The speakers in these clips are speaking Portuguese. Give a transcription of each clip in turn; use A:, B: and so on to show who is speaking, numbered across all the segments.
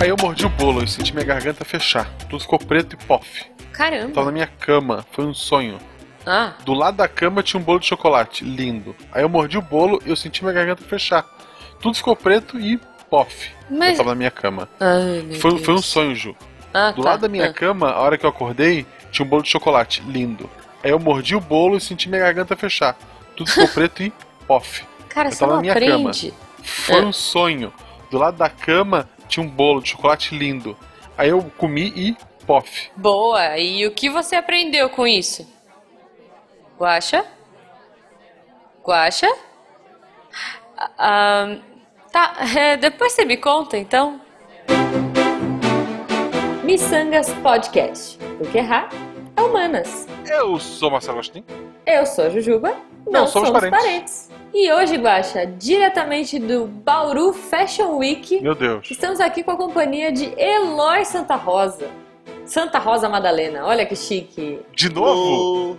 A: Aí eu mordi o bolo e senti minha garganta fechar. Tudo ficou preto e pof.
B: Caramba.
A: Tava na minha cama, foi um sonho.
B: Ah,
A: Do lado da cama tinha um bolo de chocolate, lindo. Aí eu mordi o bolo e eu senti minha garganta fechar. Tudo ficou preto e pof. Eu
B: mas.
A: tava na minha cama.
B: Ai, meu
A: Foi,
B: Deus.
A: foi um sonho, Ju.
B: Ah,
A: Do
B: tá.
A: lado da minha
B: Ah.
A: cama, a hora que eu acordei, tinha um bolo de chocolate, lindo. Aí eu mordi o bolo e senti minha garganta fechar. Tudo ficou preto e pof.
B: Cara,
A: eu
B: você
A: tava
B: não
A: na minha
B: aprende.
A: Foi
B: Ah.
A: um sonho. Do lado da cama tinha um bolo de chocolate lindo. Aí eu comi e pof.
B: Boa. E o que você aprendeu com isso? Guaxa? Guaxa? Ah, ahn, tá, é, depois você me conta então. Missangas Podcast. Porque errar é humanas.
A: Eu sou Marcelo Agostinho.
B: Eu sou a Jujuba, não,
A: Não somos parentes.
B: E hoje, Guaxa, diretamente do Bauru Fashion Week,
A: Meu Deus.
B: estamos aqui com a companhia de Eloy Santa Rosa. Santa Rosa Madalena, olha que chique.
A: De novo?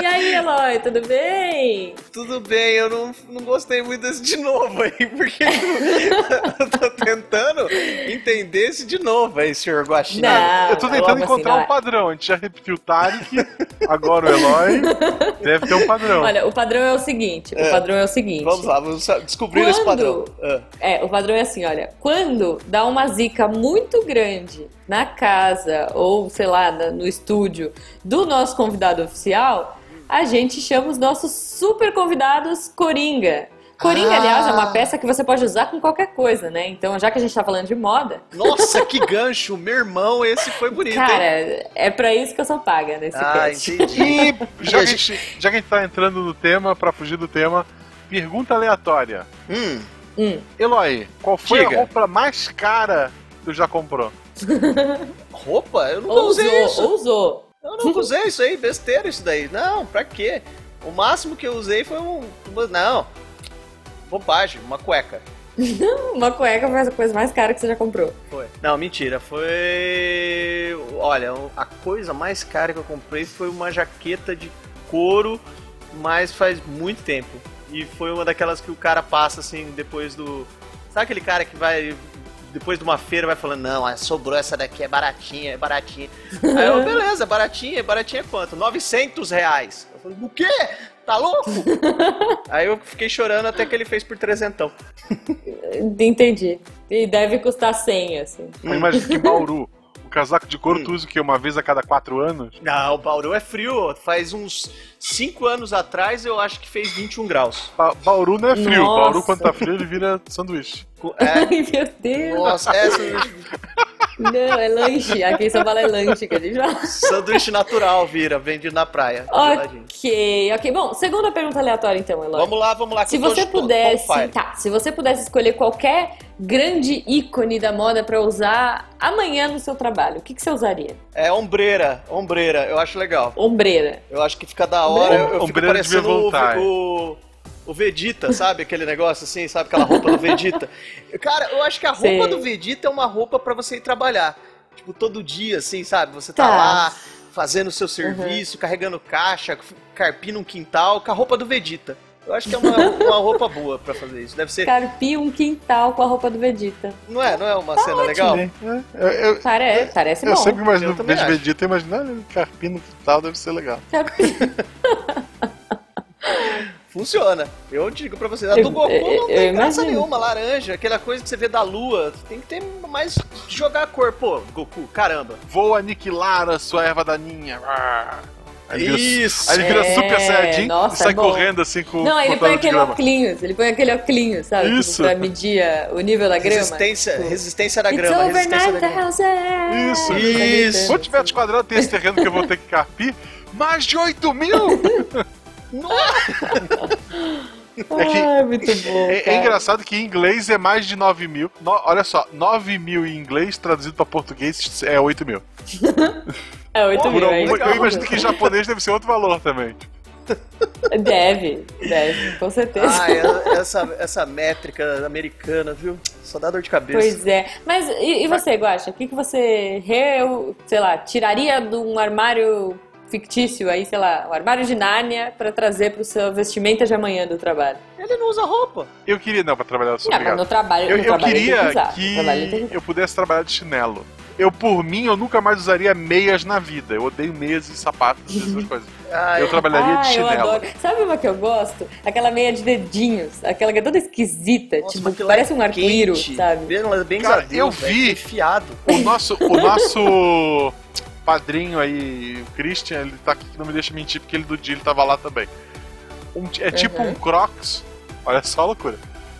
B: E aí, Eloy, tudo bem?
C: Ô, tudo bem, eu não, não gostei muito desse de novo aí, porque eu, eu tô tentando entender esse de novo aí, senhor Guaxinha.
B: Não,
A: eu tô
B: logo
A: tentando
B: assim,
A: encontrar
B: não é.
A: um padrão. A gente já repetiu o Tarek, agora o Eloy. Deve ter um padrão.
B: Olha, o padrão é o seguinte, o padrão é o seguinte.
C: Vamos lá, vamos sa- descobrir esse padrão.
B: Quando?
C: Ah,
B: É, o padrão é assim, olha, quando dá uma zica muito grande na casa ou, sei lá, na- no estúdio do nosso convidado oficial, a gente chama os nossos super convidados Coringa. Coringa,
C: Ah.
B: aliás, é uma peça que você pode usar com qualquer coisa, né? Então, já que a gente tá falando de moda,
C: nossa, que gancho, meu irmão, esse foi bonito, hein?
B: cara, é pra isso que eu sou paga nesse
C: Ah,
B: cast.
C: entendi.
A: E já que, a gente, já que a gente tá entrando no tema, pra fugir do tema, pergunta aleatória.
C: Hum,
B: Hum.
A: Eloy, qual foi
C: Diga.
A: a roupa mais cara que tu já comprou?
C: roupa? Eu nunca usei isso.
B: Ousou, ousou.
C: Eu nunca usei isso aí, besteira isso daí. Não, pra quê? O máximo que eu usei foi um. uma- Não. Bobagem, uma cueca.
B: Uma cueca foi a coisa mais cara que você já comprou.
C: Foi. Não, mentira. Foi. Olha, a coisa mais cara que eu comprei foi uma jaqueta de couro, mas faz muito tempo. E foi uma daquelas que o cara passa assim depois do. Sabe aquele cara que vai. Depois de uma feira vai falando, não, ah, sobrou essa daqui, é baratinha, é baratinha. Aí eu, beleza, baratinha, baratinha é quanto? 900 reais. Eu falei, o quê? Tá louco? Aí eu fiquei chorando até que ele fez por trezentão.
B: Entendi. E deve custar 100, assim.
A: Mas Imagina que em Bauru, o casaco de
B: Hum.
A: couro tu usa o quê? Uma vez a cada quatro anos?
C: Não, o Bauru é frio. Faz uns 5 anos atrás eu acho que fez 21 graus.
A: Ba- Bauru não é frio.
B: Nossa.
A: Bauru, quando tá frio, ele vira sanduíche.
C: Co- É,
B: Ai, meu Deus.
C: nossa, é sanduíche-
B: Não, é lanche. Aqui em São Paulo é lanche que a gente fala.
C: sanduíche natural vira, vendido na praia. geladinho.
B: Ok, ok. Bom, segunda pergunta aleatória então, Eloy.
C: Vamos lá, vamos lá. que
B: se
C: eu tô-
B: você
C: tô- tô
B: pudesse,
C: on fire.
B: tá, se você pudesse escolher qualquer grande ícone da moda pra usar amanhã no seu trabalho, o que, que você usaria?
C: É ombreira, ombreira, eu acho legal.
B: Ombreira.
C: Eu acho que fica da hora. Eu, eu fico
A: Ombreira devia
C: parecendo o,
A: voltar.
C: o, o Vegeta, sabe? Aquele negócio assim, sabe? Aquela roupa do Vegeta. Cara, eu acho que a roupa
B: Sei.
C: do Vegeta é uma roupa pra você ir trabalhar. Tipo, todo dia, assim, sabe? Você tá,
B: Tá.
C: lá fazendo o seu serviço, carregando caixa, carpindo um quintal, com a roupa do Vegeta. Eu acho que é uma, uma roupa boa pra fazer isso. Deve ser.
B: Carpi um quintal com a roupa do Vegeta.
C: Não é? Não é uma cena legal?
A: É, eu, eu-
B: Pare, parece
A: É, eu
B: bom.
A: sempre imagino,
C: Eu também
A: vejo
C: acho.
A: Vegeta, imagino, olha, ele carpino no quintal, deve ser legal.
B: Carpi-
C: Funciona. Eu digo pra vocês. A
B: Eu-
C: do Goku
B: eu-
C: não
B: eu
C: tem graça
B: imagino.
C: nenhuma. Laranja, aquela coisa que você vê da lua. Tem que ter mais jogar a cor. Pô, Goku, caramba.
A: Vou aniquilar a sua erva daninha. Ah. Aí ele vira,
C: Isso.
A: aí ele vira
B: É,
A: super saiyajin
B: nossa,
A: e sai
B: é bom.
A: correndo assim com
B: Não, aí ele
A: com
B: põe
A: o
B: aquele
A: grama.
B: óculos, ele põe aquele óculos, sabe? Tipo,
A: Isso.
B: pra medir a- o nível da grama.
C: Resistência,
B: Tipo,
C: resistência da
B: It's
C: grama,
B: over
C: resistência da grama.
B: 9,000.
A: Isso.
B: Tá
C: Isso.
A: Quando tiver de quadrado, tem esse terreno que eu vou ter que carpir. Mais de 8 mil!
B: gritando.
A: É que-
B: Ah, muito bom.
A: É, é
B: cara.
A: engraçado que em inglês é mais de 9 mil. No- olha só, 9 mil em inglês traduzido pra português é 8 mil.
B: É 8
A: Por
B: mil. é
A: alguma,
B: isso.
A: eu imagino que em japonês deve ser outro valor também.
B: Deve, deve, com certeza.
C: Ah, é- essa, essa métrica americana, viu? Só dá dor de cabeça.
B: Pois é. Mas e, e você, Guaxa? O que, que você, re, sei lá, tiraria de um armário fictício aí, sei lá, o armário de Nárnia pra trazer pro seu vestimenta de amanhã do trabalho.
C: Ele não usa roupa.
A: Eu queria. Não, pra trabalhar, eu sou
B: Não, mas
A: obrigado.
B: no trabalho,
A: Eu,
B: no
A: eu
B: trabalho ele tem que
A: queria
B: usar. No trabalho ele tem que
A: que eu pudesse trabalhar de chinelo. Eu, por mim, eu nunca mais usaria meias na vida. Eu odeio meias e sapatos, essas coisas.
C: Ah,
A: Eu trabalharia de
B: ah, eu
A: chinelo.
B: adoro. Sabe uma que eu gosto? Aquela meia de dedinhos, aquela que é toda esquisita,
C: nossa, mas
B: tipo,
C: aquilo lá é
B: parece um arco-íro,
C: quente.
B: sabe?
C: Bem, bem
A: Cara,
C: zadeus,
A: eu
C: velho, É
A: vi.
C: Enfiado.
A: O nosso, o nosso padrinho aí, o Christian, ele tá aqui que não me deixa mentir, porque ele do dia ele tava lá também. Um- é tipo um Crocs. Olha só a loucura.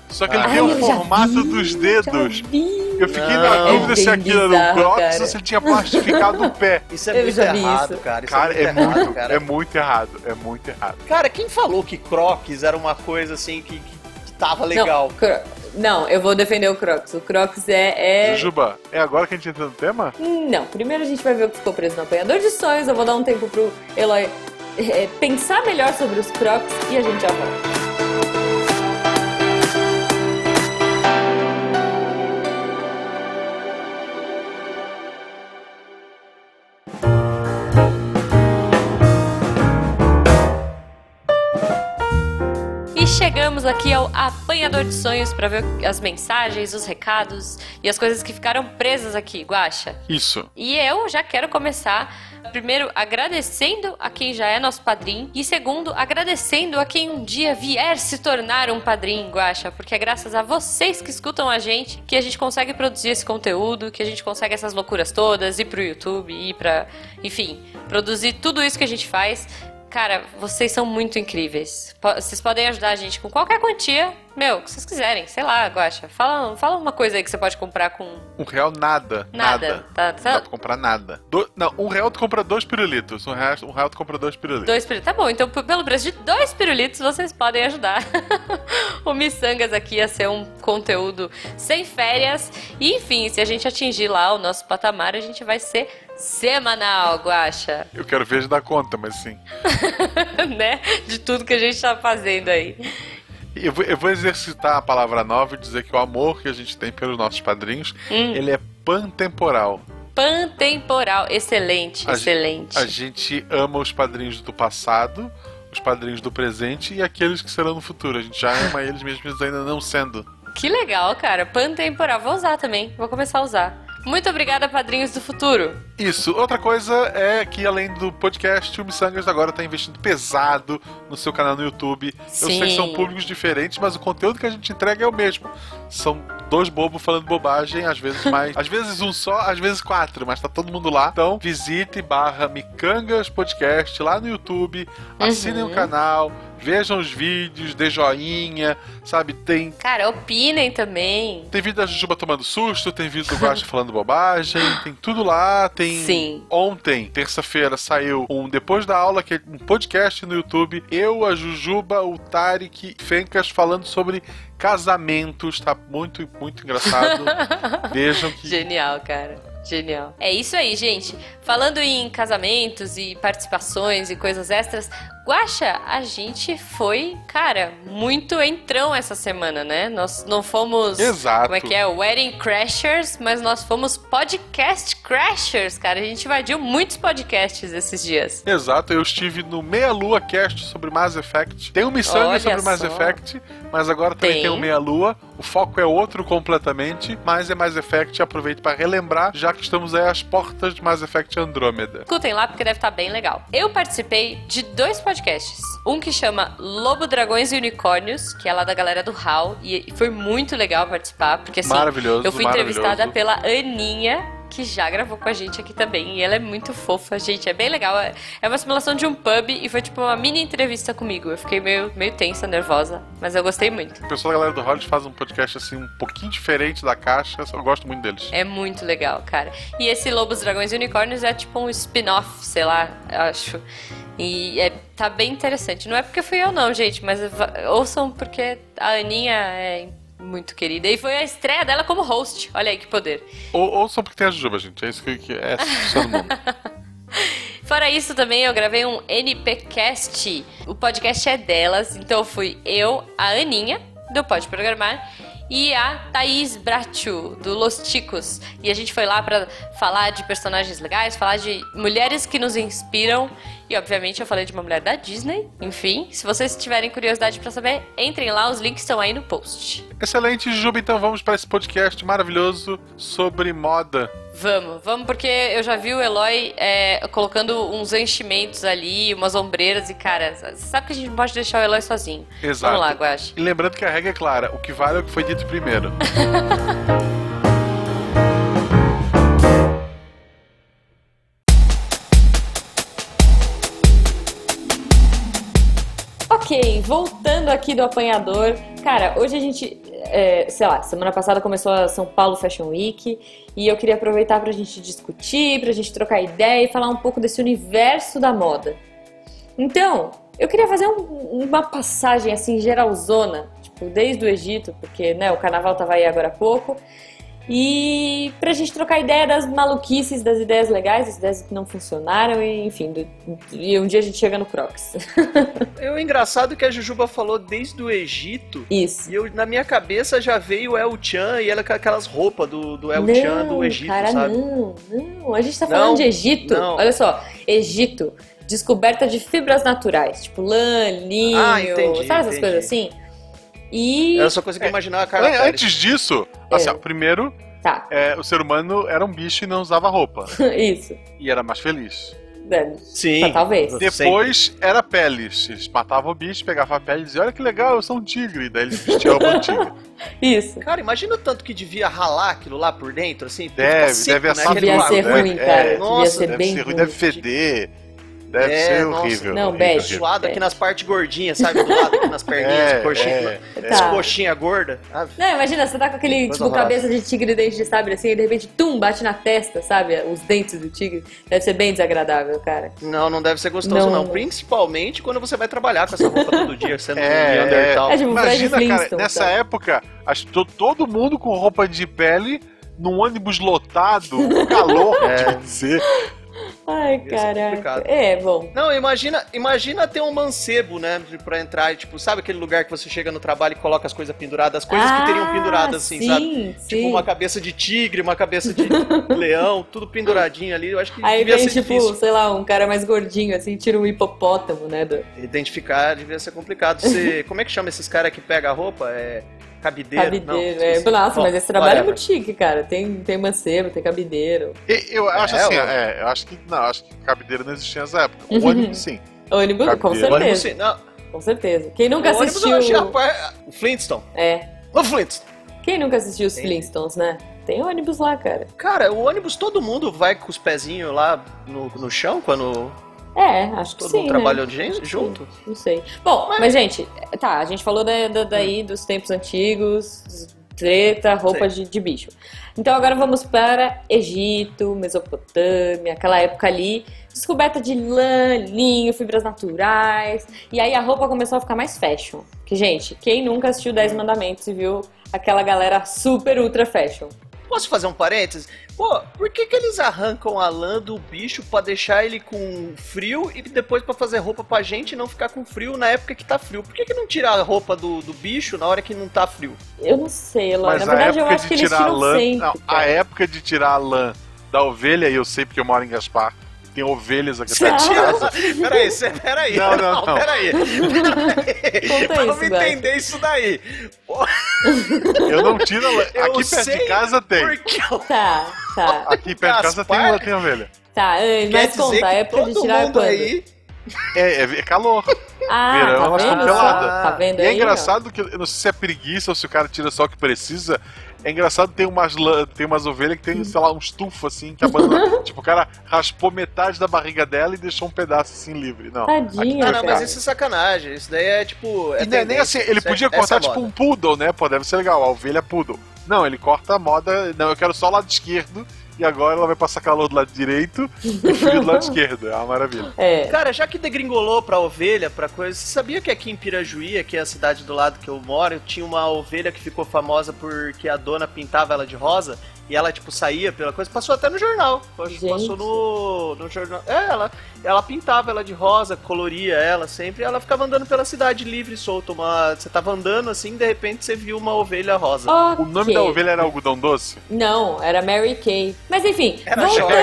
A: Só que ele
C: Ah.
A: tem
B: Uhum. Ai,
A: é o
B: eu já
A: formato
B: vi,
A: dos dedos.
B: já vi.
A: Eu fiquei na
C: Não.
A: dúvida se
B: É bem
A: aquilo era um
B: bizarro,
A: Crocs
B: cara.
A: ou se ele tinha plastificado o pé.
C: Isso
B: Eu
C: é muito
B: já vi
C: errado,
B: isso.
C: cara. Isso
A: Cara,
C: é
A: é
C: muito errado,
A: muito,
C: cara.
A: é muito errado. É muito errado.
C: Cara, quem falou que Crocs era uma coisa assim que, que, que tava legal?
B: Não, Cro- não, eu vou defender o Crocs. O Crocs é. é-
A: Jujuba, é agora que a gente entra no tema?
B: Não, primeiro a gente vai ver o que ficou preso no apanhador de sonhos. Eu vou dar um tempo pro Eloy é, pensar melhor sobre os Crocs e a gente já volta. E chegamos aqui ao apanhador de sonhos para ver as mensagens, os recados e as coisas que ficaram presas aqui, Guaxa.
A: Isso.
B: E eu já quero começar, primeiro, agradecendo a quem já é nosso padrinho, e segundo, agradecendo a quem um dia vier se tornar um padrinho, Guaxa, porque é graças a vocês que escutam a gente que a gente consegue produzir esse conteúdo, que a gente consegue essas loucuras todas, ir pro YouTube, ir pra. Enfim, produzir tudo isso que a gente faz. Cara, vocês são muito incríveis. Po- Vocês podem ajudar a gente com qualquer quantia, meu, que vocês quiserem, sei lá, Guaxa. Fala, fala uma coisa aí que você pode comprar com
A: Um real nada. Nada.
B: nada. Tá,
A: Não dá
B: tá,
A: pra comprar nada. Do- não, um real tu compra dois pirulitos. Um real, um real tu compra dois pirulitos.
B: Dois pirulitos. Tá bom, então p- pelo preço de dois pirulitos vocês podem ajudar o Missangas aqui a ser um conteúdo sem férias. E enfim, se a gente atingir lá o nosso patamar, a gente vai ser semanal, guacha,
A: Eu quero ver se dá conta, mas sim.
B: né? De tudo que a gente tá fazendo aí.
A: Eu vou, eu vou exercitar a palavra nova e dizer que o amor que a gente tem pelos nossos padrinhos,
B: Hum,
A: ele é pantemporal.
B: pantemporal. Excelente,
A: A ge-
B: excelente.
A: A gente ama os padrinhos do passado, os padrinhos do presente e aqueles que serão no futuro. A gente já ama eles mesmo eles ainda não sendo.
B: Que legal, cara. Pantemporal. Vou usar também. Vou começar a usar. Muito obrigada, padrinhos do futuro.
A: Isso. Outra coisa é que, além do podcast, o Missangas agora tá investindo pesado no seu canal no YouTube. Eu sei que são
B: Sim.
A: públicos diferentes, mas o conteúdo que a gente entrega é o mesmo. São dois bobos falando bobagem, às vezes mais. às vezes um só, às vezes quatro, mas tá todo mundo lá. Então, visite barra Micangas Podcast lá no YouTube, assinem
B: Uhum.
A: o canal, vejam os vídeos, dê joinha, sabe? Tem.
B: Cara, opinem também.
A: Tem vídeo da Jujuba tomando susto, tem vídeo do Guaxa falando bobagem, tem tudo lá, tem
B: Sim.
A: Ontem, terça-feira, saiu um Depois da Aula, que é um podcast no YouTube. Eu, a Jujuba, o Tarek, Fencas falando sobre casamentos. Tá muito, muito engraçado. Vejam que.
B: Genial, cara. Genial. É isso aí, gente. Falando em casamentos e participações e coisas extras, Guaxa, a gente foi, cara, muito entrão essa semana, né? Nós não fomos.
A: Exato.
B: Como é que é? Wedding Crashers, mas nós fomos podcast crashers, cara. A gente invadiu muitos podcasts esses dias.
A: Exato, eu estive no Meia Lua Cast sobre Mass Effect. Tem um miçanga
B: Olha
A: sobre Mass
B: só.
A: Effect, mas agora também
B: Tem.
A: tem o Meia Lua. O foco é outro completamente, mas é Mass Effect. Aproveito para relembrar, já que estamos aí às portas de Mass Effect Andrômeda.
B: Escutem lá porque deve estar bem legal. Eu participei de dois podcasts. Um que chama Lobo, Dragões e Unicórnios, que é lá da galera do HAL. E foi muito legal participar, porque assim,
A: maravilhoso,
B: Eu fui
A: maravilhoso.
B: entrevistada pela Aninha, que já gravou com a gente aqui também. E ela é muito fofa, gente. É bem legal. É é uma simulação de um pub e foi tipo uma mini entrevista comigo. Eu fiquei meio, meio tensa, nervosa, mas eu gostei muito.
A: O pessoal da galera do Hollywood faz um podcast assim um pouquinho diferente da caixa, eu gosto muito deles.
B: É muito legal, cara. E esse Lobos, Dragões e Unicórnios é tipo um spin-off, sei lá, eu acho. E é- tá bem interessante. Não é porque fui eu, não, gente, mas va- ouçam porque a Aninha é muito querida. E foi a estreia dela como host. Olha aí que poder.
A: Ou, ou só porque tem a Jujuba, gente. É isso que, que é todo mundo.
B: Fora isso, também eu gravei um NPcast. O podcast é delas, então fui eu, a Aninha, do Pode Programar,
D: e a Thaís Bracho, do Los Ticos. E a gente foi lá pra falar de personagens legais, falar de mulheres que nos inspiram. E obviamente eu falei de uma mulher da Disney. Enfim, se vocês tiverem curiosidade pra saber, entrem lá, os links estão aí no post.
A: Excelente, Juba. Então vamos para esse podcast maravilhoso sobre moda.
D: Vamos, vamos, porque eu já vi o Eloy é, colocando uns enchimentos ali, umas ombreiras e, cara, sabe que a gente não pode deixar o Eloy sozinho.
A: Exato.
D: Vamos lá, Guache.
A: E lembrando que a regra é clara: o que vale é o que foi dito primeiro.
B: Ok, voltando aqui do apanhador. Cara, hoje a gente, é, sei lá, semana passada começou a São Paulo Fashion Week e eu queria aproveitar pra gente discutir, pra gente trocar ideia e falar um pouco desse universo da moda. Então, eu queria fazer um- uma passagem assim geralzona, tipo, desde o Egito, porque né, o carnaval tava aí agora há pouco. E pra gente trocar ideia das maluquices, das ideias legais, das ideias que não funcionaram, e, enfim, do- e um dia a gente chega no Crocs.
C: É o engraçado que a Jujuba falou desde o Egito.
B: Isso.
C: E eu, na minha cabeça já veio El Chan e ela com aquelas roupas do, do El
B: não,
C: Chan é do Egito,
B: cara,
C: sabe?
B: não, não. A gente tá
C: Não,
B: falando de Egito.
C: não.
B: Olha só, Egito, descoberta de fibras naturais, tipo lã, linho,
C: Ah, entendi,
B: sabe essas
C: entendi.
B: coisas assim? E
C: Eu só consegui imaginar a cara
A: An-
C: Pérez.
A: É. Antes disso, assim,
B: É.
A: ó, primeiro,
B: tá,
A: é, o ser humano era um bicho e não usava roupa.
B: isso.
A: E era mais feliz.
B: né,
C: Sim.
B: talvez.
A: Depois era peles. Eles matavam o bicho, pegavam a pele e diziam: Olha que legal, eu sou um tigre. Daí eles vestiam roupa de tigre.
B: Isso.
C: Cara, imagina o tanto que devia ralar aquilo lá por dentro, assim. porque
A: Deve,
C: fica seco,
A: deve
C: né?
A: assar
C: Aquele
B: Devia
A: tudo,
B: ser
A: deve-
B: ruim,
A: é,
B: cara. Devia
C: nossa,
B: ser
A: Deve
B: bem
A: ser ruim,
B: ruim.
A: deve
C: tipo,
A: feder. Deve
C: É,
A: ser
C: nossa.
A: horrível.
B: Não,
A: horrível,
B: bad.
A: horrível.
C: suado né?
B: É.
C: aqui nas partes gordinhas, sabe? Do lado, aqui nas perninhas,
A: É,
C: coxinha,
A: é.
C: as
B: Tá.
C: coxinha gorda. Ah,
B: Não, imagina, você tá com aquele,
C: Coisa
B: tipo,
C: horrorosa.
B: cabeça de tigre e dente de sabre assim, e de repente, tum, bate na testa, sabe? Os dentes do tigre. Deve ser bem desagradável, cara.
C: Não, não deve ser gostoso,
B: Não,
C: não.
B: não.
C: Principalmente quando você vai trabalhar com essa roupa todo dia, sendo
A: É,
C: um Neandertal.
B: é. É, tipo, Fred
A: Imagina, cara,
B: Flintstone,
A: nessa
B: tá?
A: época, acho to- todo mundo com roupa de pele, num ônibus lotado, com calor, quer dizer.
B: Ai,
C: Ia ser complicado.
B: caraca. É, bom.
C: Não, imagina, imagina ter um mancebo, né, de- pra entrar, e, tipo, sabe aquele lugar que você chega no trabalho e coloca as coisas penduradas, as coisas que teriam pendurado assim,
B: sim,
C: sabe?
B: Ah, Sim.
C: Tipo, uma cabeça de tigre, uma cabeça de leão, tudo penduradinho ali. Eu acho que
B: Aí
C: devia
B: vem,
C: ser
B: tipo,
C: difícil.
B: sei lá, um cara mais gordinho, assim, tira um hipopótamo, né? Do
C: Identificar devia ser complicado. Você, como é que chama esses caras que pega a roupa? É cabideiro? não,
B: cabideiro. é.
C: esqueci.
B: Nossa,
C: Bom,
B: mas esse trabalho é
C: whatever.
B: muito chique, cara. Tem, tem mancebo, tem cabideiro.
A: E- eu acho
C: É,
A: assim,
C: ó.
A: é, eu acho que não, acho que cabideira não existia nessa época. O ônibus sim.
B: Ônibus, com
A: Cabideiro.
B: certeza.
C: O ônibus, sim, não,
B: Com certeza. Quem nunca
C: o ônibus é eu
B: assistiu.
C: achei a par... O Flintstone.
B: É.
C: O Flintstone.
B: Quem nunca assistiu os
C: Tem.
B: Flintstones, né? Tem ônibus lá, cara.
C: Cara, o ônibus todo mundo vai com os pezinhos lá no, no chão quando
B: É, acho que
C: todo
B: sim. né?
C: mundo trabalha gen- junto?
B: Não sei. Bom, mas, gente, tá, a gente falou da, da- daí dos tempos antigos, treta, roupa de, de bicho. Então agora vamos para Egito, Mesopotâmia, aquela época ali, descoberta de lã, linho, fibras naturais. E aí a roupa começou a ficar mais fashion. Que, gente, quem nunca assistiu 10 Mandamentos e viu aquela galera super ultra fashion?
C: Posso fazer um parênteses? Pô, por que, que eles arrancam a lã do bicho pra deixar ele com frio e depois pra fazer roupa pra gente não ficar com frio na época que tá frio? Por que, que não tirar a roupa do, do bicho na hora que não tá frio?
B: Eu não sei, Eloy.
A: Mas
B: Na
A: a
B: verdade, eu
A: época
B: acho
A: de
B: que eles
A: tirar a
B: tiram
A: lã.
B: sempre.
A: não, a
B: cara.
A: época de tirar a lã da ovelha, e eu sei porque eu moro em Gaspar, tem ovelhas aqui
B: Você
A: perto de
B: tira?
A: casa.
C: Peraí, cê- peraí.
A: Não, não, não.
C: Peraí. peraí.
B: Conta
C: Vamos
B: isso, Beto.
C: entender isso daí.
A: Eu não tiro a lã.
C: Eu
A: Aqui perto de
C: sei
A: casa tem.
C: Por que
B: Tá, tá.
A: Aqui perto de casa tem,
C: Gaspar-
A: lã, tem ovelha.
B: Tá, Anne,
C: Quer
B: mas
C: dizer
B: conta, a
C: que
B: época de
C: todo
B: tirar é
C: mundo
B: quando?
C: aí
A: É, é, é calor.
B: Ah,
A: Verão,
B: tá
A: elas
B: vendo?
A: tão
B: só?
A: peladas.
C: Ah,
B: Tá vendo
A: E é
B: aí, ó?
A: engraçado que, eu não sei se é preguiça ou se o cara tira só o que precisa. É engraçado, tem umas, lã- tem umas ovelhas que tem, sei lá, um estufo assim, que abandona. tipo, o cara raspou metade da barriga dela e deixou um pedaço assim livre. Não. aqui
B: Tadinha,
A: tá
C: Ah, não,
B: cara.
C: mas isso é sacanagem. Isso daí é tipo. É
A: E não é nem
C: tendência,
A: assim, ele
C: isso é-
A: podia
C: essa
A: cortar
C: é a
A: tipo
C: moda.
A: um poodle, né? Pô, deve ser legal, a ovelha poodle. Não, ele corta a moda, não, eu quero só o lado esquerdo, e agora ela vai passar calor do lado direito e frio do lado esquerdo. É uma maravilha.
B: É.
C: Cara, já que degringolou pra ovelha, pra coisa. Você sabia que aqui em Pirajuí, que é a cidade do lado que eu moro, tinha uma ovelha que ficou famosa porque a dona pintava ela de rosa? E ela, tipo, saía pela coisa, passou até no jornal. Eu acho que
B: Gente.
C: Passou no, no jornal. É, ela, ela pintava ela de rosa, coloria ela sempre. Ela ficava andando pela cidade livre, solta. Uma... Você tava andando assim, de repente você viu uma ovelha rosa.
A: O nome
B: Ok.
A: da ovelha era algodão doce?
B: Não, era Mary Kay. Mas enfim,
C: Era
B: voltando.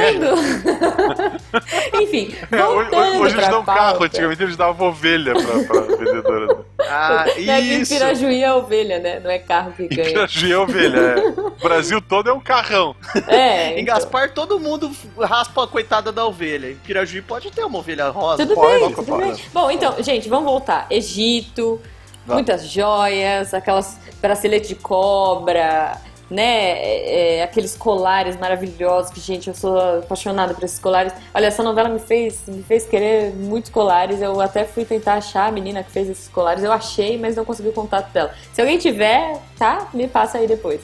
B: enfim,
A: É, hoje,
B: voltando
A: hoje- hoje eles
B: pra
A: dão
B: pauta.
A: carro, tipo, antigamente eles davam ovelha pra, pra vendedora.
C: Ah,
B: Não é que em
C: isso!
B: Pirajuí é ovelha, né? Não é carro que
A: E
B: ganha.
A: Pirajuí é ovelha, é. O Brasil todo é um carrão.
B: É,
C: Em
B: então.
C: Gaspar, todo mundo raspa a coitada da ovelha. Em Pirajuí pode ter uma ovelha rosa.
B: Tudo
A: Pode,
B: bem,
A: pode,
B: tudo
A: pode.
B: bem. Bom, então, gente, vamos voltar. Egito,
A: Vamos.
B: muitas joias, aquelas braceletes de cobra, né? É, é, aqueles colares maravilhosos que, gente, eu sou apaixonada por esses colares. Olha, essa novela me fez, me fez querer muitos colares. Eu até fui tentar achar a menina que fez esses colares. Eu achei, mas não consegui o contato dela. Se alguém tiver, tá? Me passa aí depois.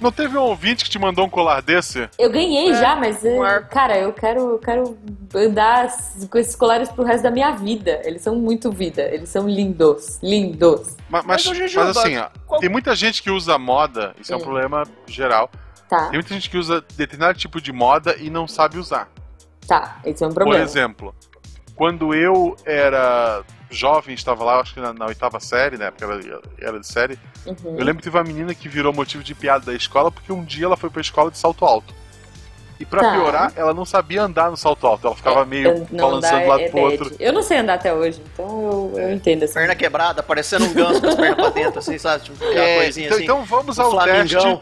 A: Não teve um ouvinte que te mandou um colar desse?
B: Eu ganhei
C: É,
B: já, mas eh,
C: um arco.
B: cara, eu quero, eu quero andar s- com esses colares pro resto da minha vida. Eles são muito vida, eles são lindos, lindos.
A: Ma- Mas,
C: Mas, ô, Jujuba,
A: mas assim, ó,
C: qual-
A: tem muita gente que usa moda, isso é um
B: Hum.
A: problema geral.
B: Tá,
A: Tem muita gente que usa determinado tipo de moda e não sabe usar.
B: tá, esse é um
A: Por
B: problema.
A: exemplo, quando eu era jovem, estava lá, acho que na, na oitava série, né? Porque era, era de série.
B: Uhum.
A: Eu lembro que teve uma menina que virou motivo de piada da escola porque um dia ela foi pra escola de salto alto. E pra
B: Tá. É,
A: piorar, ela não sabia andar no salto alto. Ela ficava meio
B: Eu- não
A: balançando
B: andar
A: de lado
B: é
A: pro
B: bad.
A: outro.
B: Eu não sei andar até hoje, então eu, eu entendo assim.
C: Perna quebrada, parecendo um ganso com as pernas pra dentro, assim, sabe? Tipo, aquela
A: É,
C: coisinha
A: então,
C: assim.
A: então vamos
C: Um
A: ao teste,
C: flamingão.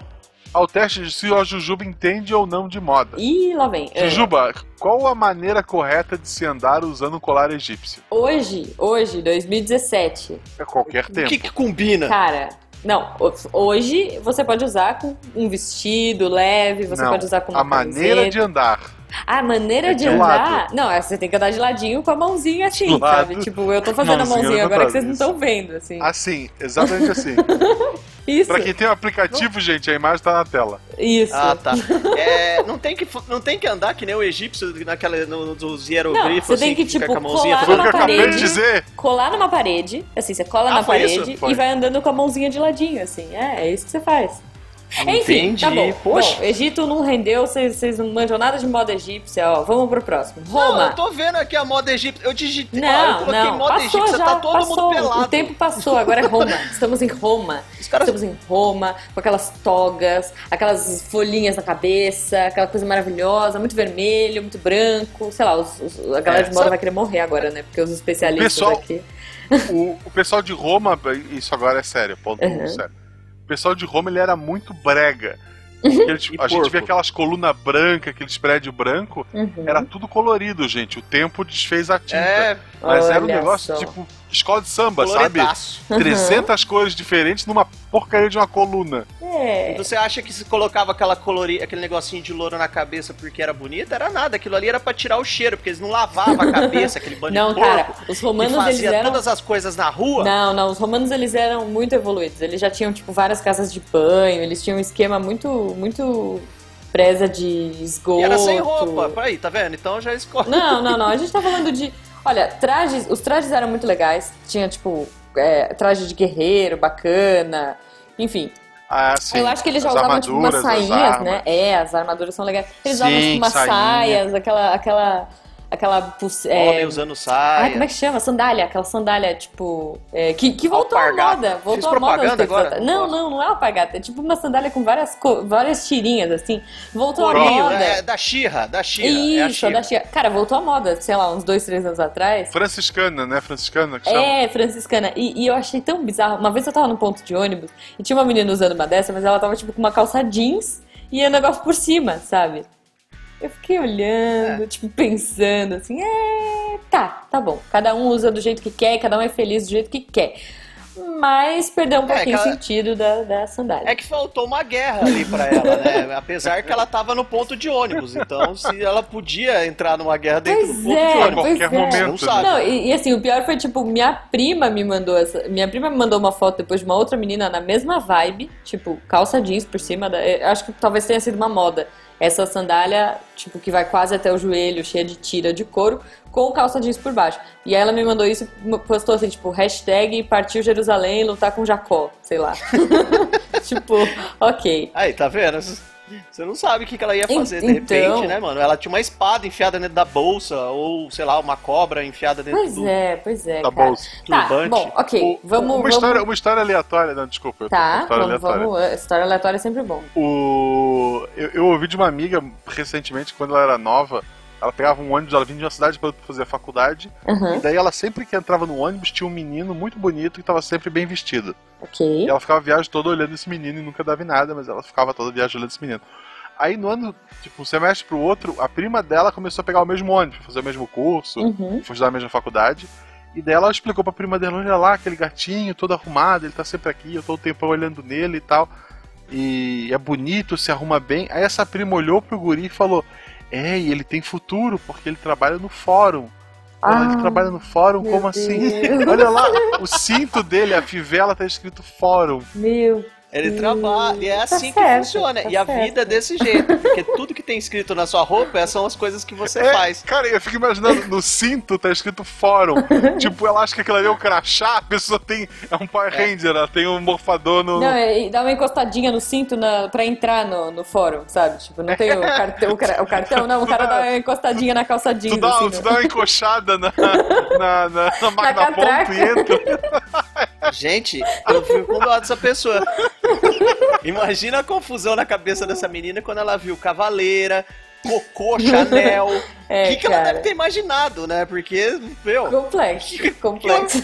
A: ao teste de se a Jujuba entende ou não de moda.
B: Ih, lá vem. É.
A: Jujuba, qual a maneira correta de se andar usando um colar egípcio?
B: Hoje, hoje, 2017,
A: É qualquer
C: O
A: tempo.
C: que, que combina?
B: cara. Não, ho- hoje você pode usar com um vestido leve, você
A: Não,
B: pode usar é com uma
A: a maneira
B: camiseta.
A: de andar.
B: A maneira
A: É
B: de
A: de
B: andar.
A: lado.
B: Não, é, você tem que andar de ladinho com a mãozinha assim,
A: De lado.
B: sabe? Tipo, eu tô fazendo a
A: Mãozinha
B: mãozinha agora que vocês não
A: levantada,
B: estão vendo, assim.
C: Ah,
A: Assim, exatamente assim.
B: Isso,
A: Pra quem tem o aplicativo, gente, a imagem tá na tela.
B: isso.
C: Ah, tá. É, não, tem que, não tem que andar que nem o egípcio naquela, no, dos
B: Não,
C: hieroglifos.
B: você tem
C: assim,
B: que,
C: fica
B: tipo,
C: com a mãozinha
B: colar
A: Foi o
C: toda-
A: que eu
B: na
A: acabei de
B: parede.
A: dizer.
B: Colar numa parede, assim, você cola
C: Ah,
B: na
C: foi
B: parede
C: isso? Foi.
B: e vai andando com a mãozinha de ladinho, assim. É, é isso que você faz. Enfim,
C: Entendi.
B: tá bom.
C: Poxa.
B: Bom, Egito não rendeu, vocês vocês não manjam nada de moda egípcia, ó. Vamos pro próximo.
C: Não,
B: Roma.
C: eu tô vendo aqui a moda egípcia. Eu digitei, ó, eu
B: Não,
C: coloquei
B: não,
C: moda
B: passou
C: egípcia,
B: já,
C: tá todo
B: passou.
C: mundo pelado.
B: O tempo passou, agora é Roma. Estamos em Roma.
C: Os caras-
B: Estamos em Roma, com aquelas togas, aquelas folhinhas na cabeça, aquela coisa maravilhosa, muito vermelho, muito branco. Sei lá, os- os- a galera
C: É,
B: de moda
C: sabe-
B: vai querer morrer agora, né? Porque os especialistas
A: Pessoal-
B: aqui.
A: O, o pessoal de Roma, isso agora é sério, ponto
B: Uhum.
A: um, sério. O pessoal de Roma ele era muito brega.
B: Uhum.
A: Ele, tipo,
C: E
A: a gente
C: porco.
A: vê aquelas colunas brancas, aqueles prédios brancos,
B: Uhum.
A: era tudo colorido, gente. O tempo desfez a tinta.
C: É,
A: Mas era um
B: Olha
A: negócio
B: só.
A: tipo escola de samba, sabe?
C: coloridaço.
A: 300 cores diferentes numa porcaria de uma coluna.
B: É.
C: Você acha que se colocava aquela colori... aquele negocinho de louro na cabeça porque era bonito? Era nada. Aquilo ali era pra tirar o cheiro, porque eles não lavavam a cabeça, aquele bando
B: Não,
C: de porco.
B: cara, os
C: que
B: romanos eles
C: fazia
B: eram.
C: todas as coisas na rua.
B: Não, não, os romanos eles eram muito evoluídos. Eles já tinham tipo várias casas de banho, eles tinham um esquema muito muito presa de esgoto.
C: E era sem roupa. Peraí, tá vendo? Então já escolhe.
B: Não, não, não. A gente tá falando de. Olha, trajes. Os trajes eram muito legais. Tinha, tipo, é, traje de guerreiro, bacana. Enfim,
A: Ah, sim,
B: eu acho que eles já
A: as
B: usavam tipo umas
A: armaduras, as
B: sainhas,
A: armas.
B: né? É, as armaduras são legais. Eles
A: Sim,
B: usavam tipo, umas
A: sainha.
B: saias, aquela. aquela. aquela. pulse- é,
C: Homem usando
B: ai, como é
C: saia.
B: que chama? Sandália, aquela sandália, tipo. é, que, que voltou à
C: Alpargata.
B: moda. Voltou
C: Fiz
B: à moda
C: propaganda
B: uns tempos
C: agora?
B: atrás. Não, não, não é alpargata. É tipo uma sandália com várias, co- várias tirinhas, assim. Voltou à
C: Corinho,
B: moda.
A: né?
C: é, da Xirra, da Xirra. é a
B: Isso,
C: Xirra.
B: da Xia. Cara, voltou à moda, sei lá, uns dois, três anos atrás.
A: Franciscana, né? Franciscana que chama.
B: É, franciscana. E, e eu achei tão bizarro. Uma vez eu tava num ponto de ônibus e tinha uma menina usando uma dessa, mas ela tava tipo com uma calça jeans e o negócio por cima, sabe? Eu fiquei olhando,
C: É.
B: tipo, pensando assim, é, tá, tá bom. Cada um usa do jeito que quer, cada um é feliz do jeito que quer. Mas perdeu um
C: É,
B: pouquinho
C: aquela-
B: o sentido da, da sandália.
C: É que faltou uma guerra ali pra ela, né? Apesar que ela tava no ponto de ônibus. Então, se ela podia entrar numa guerra dentro
B: Pois
C: do
B: é,
C: ponto de
A: A
C: ônibus.
A: qualquer
B: pois é.
A: momento.
C: Não sabe. né,
B: Não, e, e assim, o pior foi, tipo, minha prima me mandou essa. Minha prima me mandou uma foto depois de uma outra menina na mesma vibe, tipo, calça jeans por cima da. eu Acho que talvez tenha sido uma moda. Essa sandália, tipo, que vai quase até o joelho, cheia de tira de couro, com calça jeans por baixo. E aí ela me mandou isso, e postou assim, tipo, hashtag partiu Jerusalém lutar com Jacó, sei lá. tipo, ok.
C: Aí, tá vendo? Você não sabe o que que ela ia fazer, de
B: Então.
C: repente, né, mano? Ela tinha uma espada enfiada dentro da bolsa, ou, sei lá, uma cobra enfiada dentro
B: Pois
C: do
B: é, pois é,
A: Tá
B: cara.
A: bom.
B: Tá,
C: turbante.
B: bom, ok.
A: O-
B: vamos,
A: uma,
B: vamos...
A: história, uma história aleatória, não, desculpa. eu tô com uma
B: Tá,
A: história
B: vamos,
A: aleatória.
B: vamos. História aleatória é sempre bom.
A: O... Eu, eu ouvi de uma amiga recentemente, quando ela era nova, ela pegava um ônibus, ela vinha de uma cidade para fazer a faculdade,
B: Aham,
A: e daí ela sempre que entrava no ônibus tinha um menino muito bonito que estava sempre bem vestido.
B: ok.
A: E ela ficava a viagem toda olhando esse menino e nunca dava em nada, mas ela ficava toda a viagem olhando esse menino. Aí no ano, tipo, um semestre pro outro, a prima dela começou a pegar o mesmo ônibus, fazer o mesmo curso,
B: Uhum.
A: foi estudar na mesma faculdade. E daí ela explicou pra prima dela, olha lá, aquele gatinho todo arrumado, ele tá sempre aqui, eu tô o tempo olhando nele e tal. E é bonito, se arruma bem. Aí essa prima olhou pro guri e falou, é, e ele tem futuro, porque ele trabalha no fórum. Ela,
B: Ah,
A: ele Então, trabalha no fórum,
B: meu
A: como assim?
B: Deus.
A: olha lá, o cinto dele, a fivela, tá escrito fórum.
B: Meu
C: Ele trabalha, e é
B: certo,
C: assim que funciona.
B: tá
C: e a
B: certo.
C: vida é desse jeito, porque tudo que tem escrito na sua roupa são as coisas que você
A: É,
C: faz.
A: Cara, eu fico imaginando, no cinto tá escrito fórum. tipo, ela acha que aquilo ali é um crachá, a pessoa tem. É um Power Ranger, ela tem um morfador no.
B: Não, é, e dá uma encostadinha no cinto na, pra entrar no, no fórum, sabe? Tipo, não tem o, cartão, o, cara- o cartão, não, o cara dá uma encostadinha na calça
A: Tu
B: jeans,
A: dá, um
B: assim,
A: tu
B: né?
A: dá uma encoxada na, na, na, na
B: Na
A: máquina ponto e entra.
C: Gente, eu fico com dó dessa pessoa. Imagina a confusão na cabeça dessa menina quando ela viu Cavaleira, Cocô, Chanel. O
B: É,
C: que, que ela
B: cara.
C: deve ter imaginado, né? Porque, meu,
B: Complexo, complexo.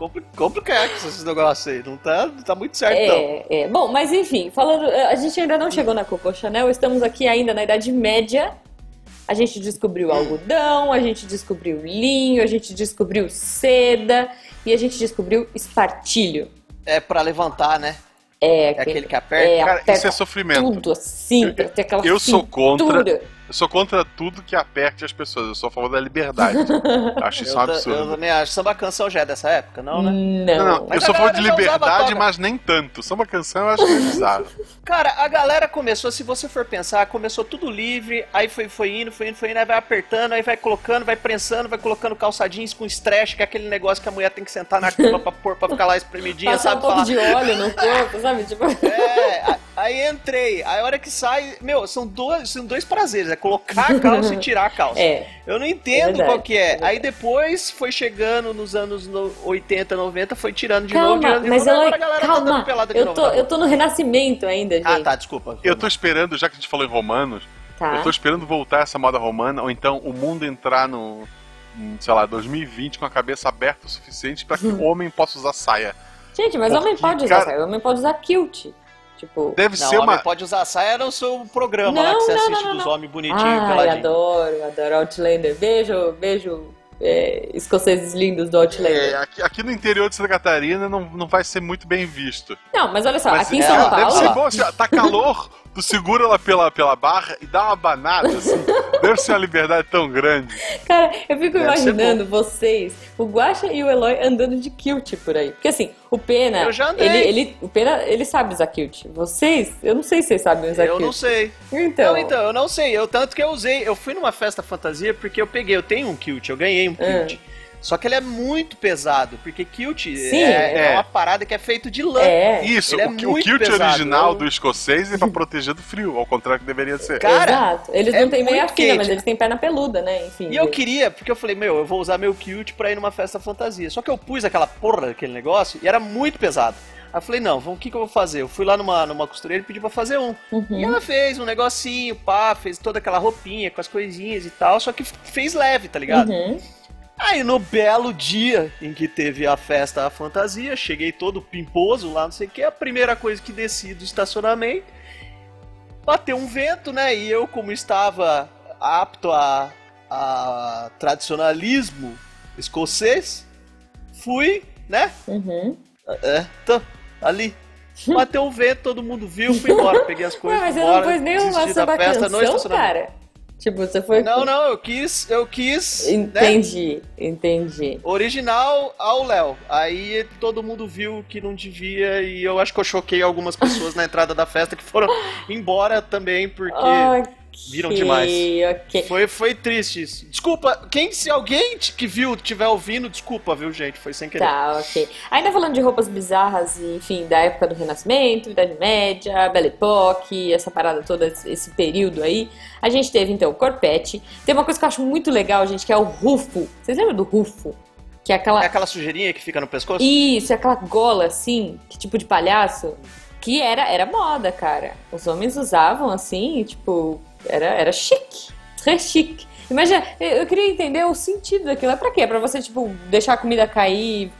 C: compli- complicado esses negócios aí. Não tá, não tá muito certo,
A: então?
C: não.
B: É, é. Bom, mas enfim, falando, eh, a gente ainda não chegou na Coco Chanel, estamos aqui ainda na Idade Média. A gente
A: Hum.
B: descobriu algodão, a gente descobriu linho, a gente descobriu seda e a gente descobriu espartilho.
C: É pra levantar, né?
B: É,
C: É aquele que
B: é,
C: aperta.
A: Cara,
B: aperta
A: isso é sofrimento.
B: tudo assim, pra ter aquela
A: Eu sou contra.
B: cintura.
A: Eu sou contra tudo que aperte as pessoas. Eu sou a favor da liberdade. Acho isso um
C: Eu, ta- eu
A: absurdo.
C: também acho. Samba canção já é dessa época, não,
B: Hum.
C: né?
A: Não,
B: Não.
A: não, eu
C: Mas
A: sou
C: a
A: a favor de
C: galera já usava
A: liberdade,
C: toga.
A: mas nem tanto. Só uma canção eu acho que é bizarro.
C: Cara, a galera começou, se você for pensar, começou tudo livre, aí foi, foi indo, foi indo, foi indo, aí vai apertando, aí vai colocando, vai prensando, vai colocando calça jeans com stretch, que é aquele negócio que a mulher tem que sentar na cama pra, pôr, pra ficar lá espremidinha,
B: Passar um
C: sabe?
B: pouco
C: Falar,
B: de óleo no corpo, sabe? Tipo,
C: É, a- aí entrei, aí a hora que sai, meu, são dois, são dois prazeres, é colocar a calça e tirar a calça.
B: é.
C: Eu não entendo
B: É verdade,
C: qual que
B: é
C: é.
B: verdade.
C: aí depois foi chegando nos anos no- 80, 90, foi tirando de novo,
B: Calma,
C: tirando de
B: mas
C: novo,
B: ela é
C: agora a galera tá dando
B: calma.
C: pelada de
B: eu
C: novo.
B: tô,
C: na rua.
B: eu tô no renascimento ainda, gente.
C: Ah, tá, desculpa.
A: Eu tô esperando, já que a gente falou em romanos,
B: Tá.
A: Eu tô esperando voltar essa moda romana, ou então o mundo entrar no, em, sei lá, 2020 com a cabeça aberta o suficiente pra que o homem possa usar saia.
B: Gente, mas homem
A: Porque,
B: pode usar
A: cara-
B: saia, homem pode usar kilt. Tipo.
A: Deve
C: Não,
A: ser
C: homem
A: uma.
C: pode usar saia no seu programa lá
B: Não,
C: que você
B: não,
C: assiste
B: não, não,
C: dos
B: não.
C: homens bonitinhos
B: Ah, eu
C: peladinhos.
B: adoro, adoro Outlander. Beijo, beijo, é, escoceses lindos do
A: É,
B: Outlander.
A: aqui, aqui no interior de Santa Catarina não, não vai ser muito bem visto.
B: Não, mas olha só,
A: Mas
B: aqui em
A: é,
B: São
A: Deve
B: Paulo.
A: ser bom, assim, ó, tá calor, tu segura ela pela, pela barra e dá uma banada, assim. Deve ser uma liberdade tão grande.
B: Cara, eu fico
C: Deve
B: imaginando vocês, o Guaxa e o Eloy andando de kilt por aí. Porque assim, o Pena.
C: Eu já andei.
B: ele, ele, O Pena, ele sabe usar kilt. Vocês, eu não sei se vocês sabem usar
C: Eu
B: kilt.
C: não sei.
B: Então.
C: Não, então, eu não sei. Eu tanto que eu usei. Eu fui numa festa fantasia porque eu peguei, eu tenho um kilt, eu ganhei um
B: É.
C: kilt. Só que ele é muito pesado, porque kilt
B: Sim.
C: é, é
A: É.
C: uma parada que é feito de lã.
B: É.
A: Isso,
C: Ele é
A: o, ki- o
C: muito
A: kilt
C: pesado,
A: original
C: eu-
A: do escocês é pra proteger do frio, ao contrário que deveria ser.
C: Cara,
B: Exato. Eles
C: é
B: não têm meia
C: muito
B: fina,
C: quente.
B: mas eles têm perna peluda, né? Enfim.
C: E eu queria, porque eu falei, meu, eu vou usar meu kilt pra ir numa festa fantasia. Só que eu pus aquela porra daquele negócio e era muito pesado. Aí eu falei, não, vamos- o que, que eu vou fazer? Eu fui lá numa, numa costureira e pedi pra fazer um. E ela fez um negocinho, pá, fez toda aquela roupinha com as coisinhas e tal, só que f- fez leve, tá ligado?
B: Uhum.
C: Aí no belo dia em que teve a festa à fantasia, cheguei todo pimposo lá, não sei o que, a primeira coisa que desci do estacionamento, bateu um vento, né? E eu, como estava apto a, a tradicionalismo escocês, fui, né?
B: Uhum.
C: É, tô, ali. Bateu um vento, todo mundo viu, fui embora, peguei as coisas.
B: Ué, mas você
C: fui
B: não
C: embora,
B: pôs nenhuma
C: desisti da
B: samba
C: festa, no
B: canção,
C: estacionamento.
B: cara? Tipo, você foi...
C: Não, não, eu quis, eu quis. né?
B: Entendi, entendi.
C: Original ao Léo. Aí todo mundo viu que não devia e eu acho que eu choquei algumas pessoas na entrada da festa que foram embora também porque
B: Ai,
C: né? Viram demais.
B: ok.
C: Foi, foi triste isso. Desculpa, quem se alguém t- que viu, tiver ouvindo, desculpa, viu, gente? Foi sem querer.
B: Tá, ok. Ainda falando de roupas bizarras, e, enfim, da época do Renascimento, Idade Média, Belle Époque, essa parada toda, esse período aí. A gente teve, então, o corpete. Tem uma coisa que eu acho muito legal, gente, que é o rufo. Vocês lembram do rufo? Que é aquela...
C: É aquela sujeirinha que fica no pescoço?
B: Isso, é aquela gola, assim, que tipo de palhaço. Que era, era moda, cara. Os homens usavam, assim, e, tipo... Era, era chique. Très chique. Imagina, eu eu queria entender o sentido daquilo. É pra quê? É pra você, tipo, deixar a comida cair...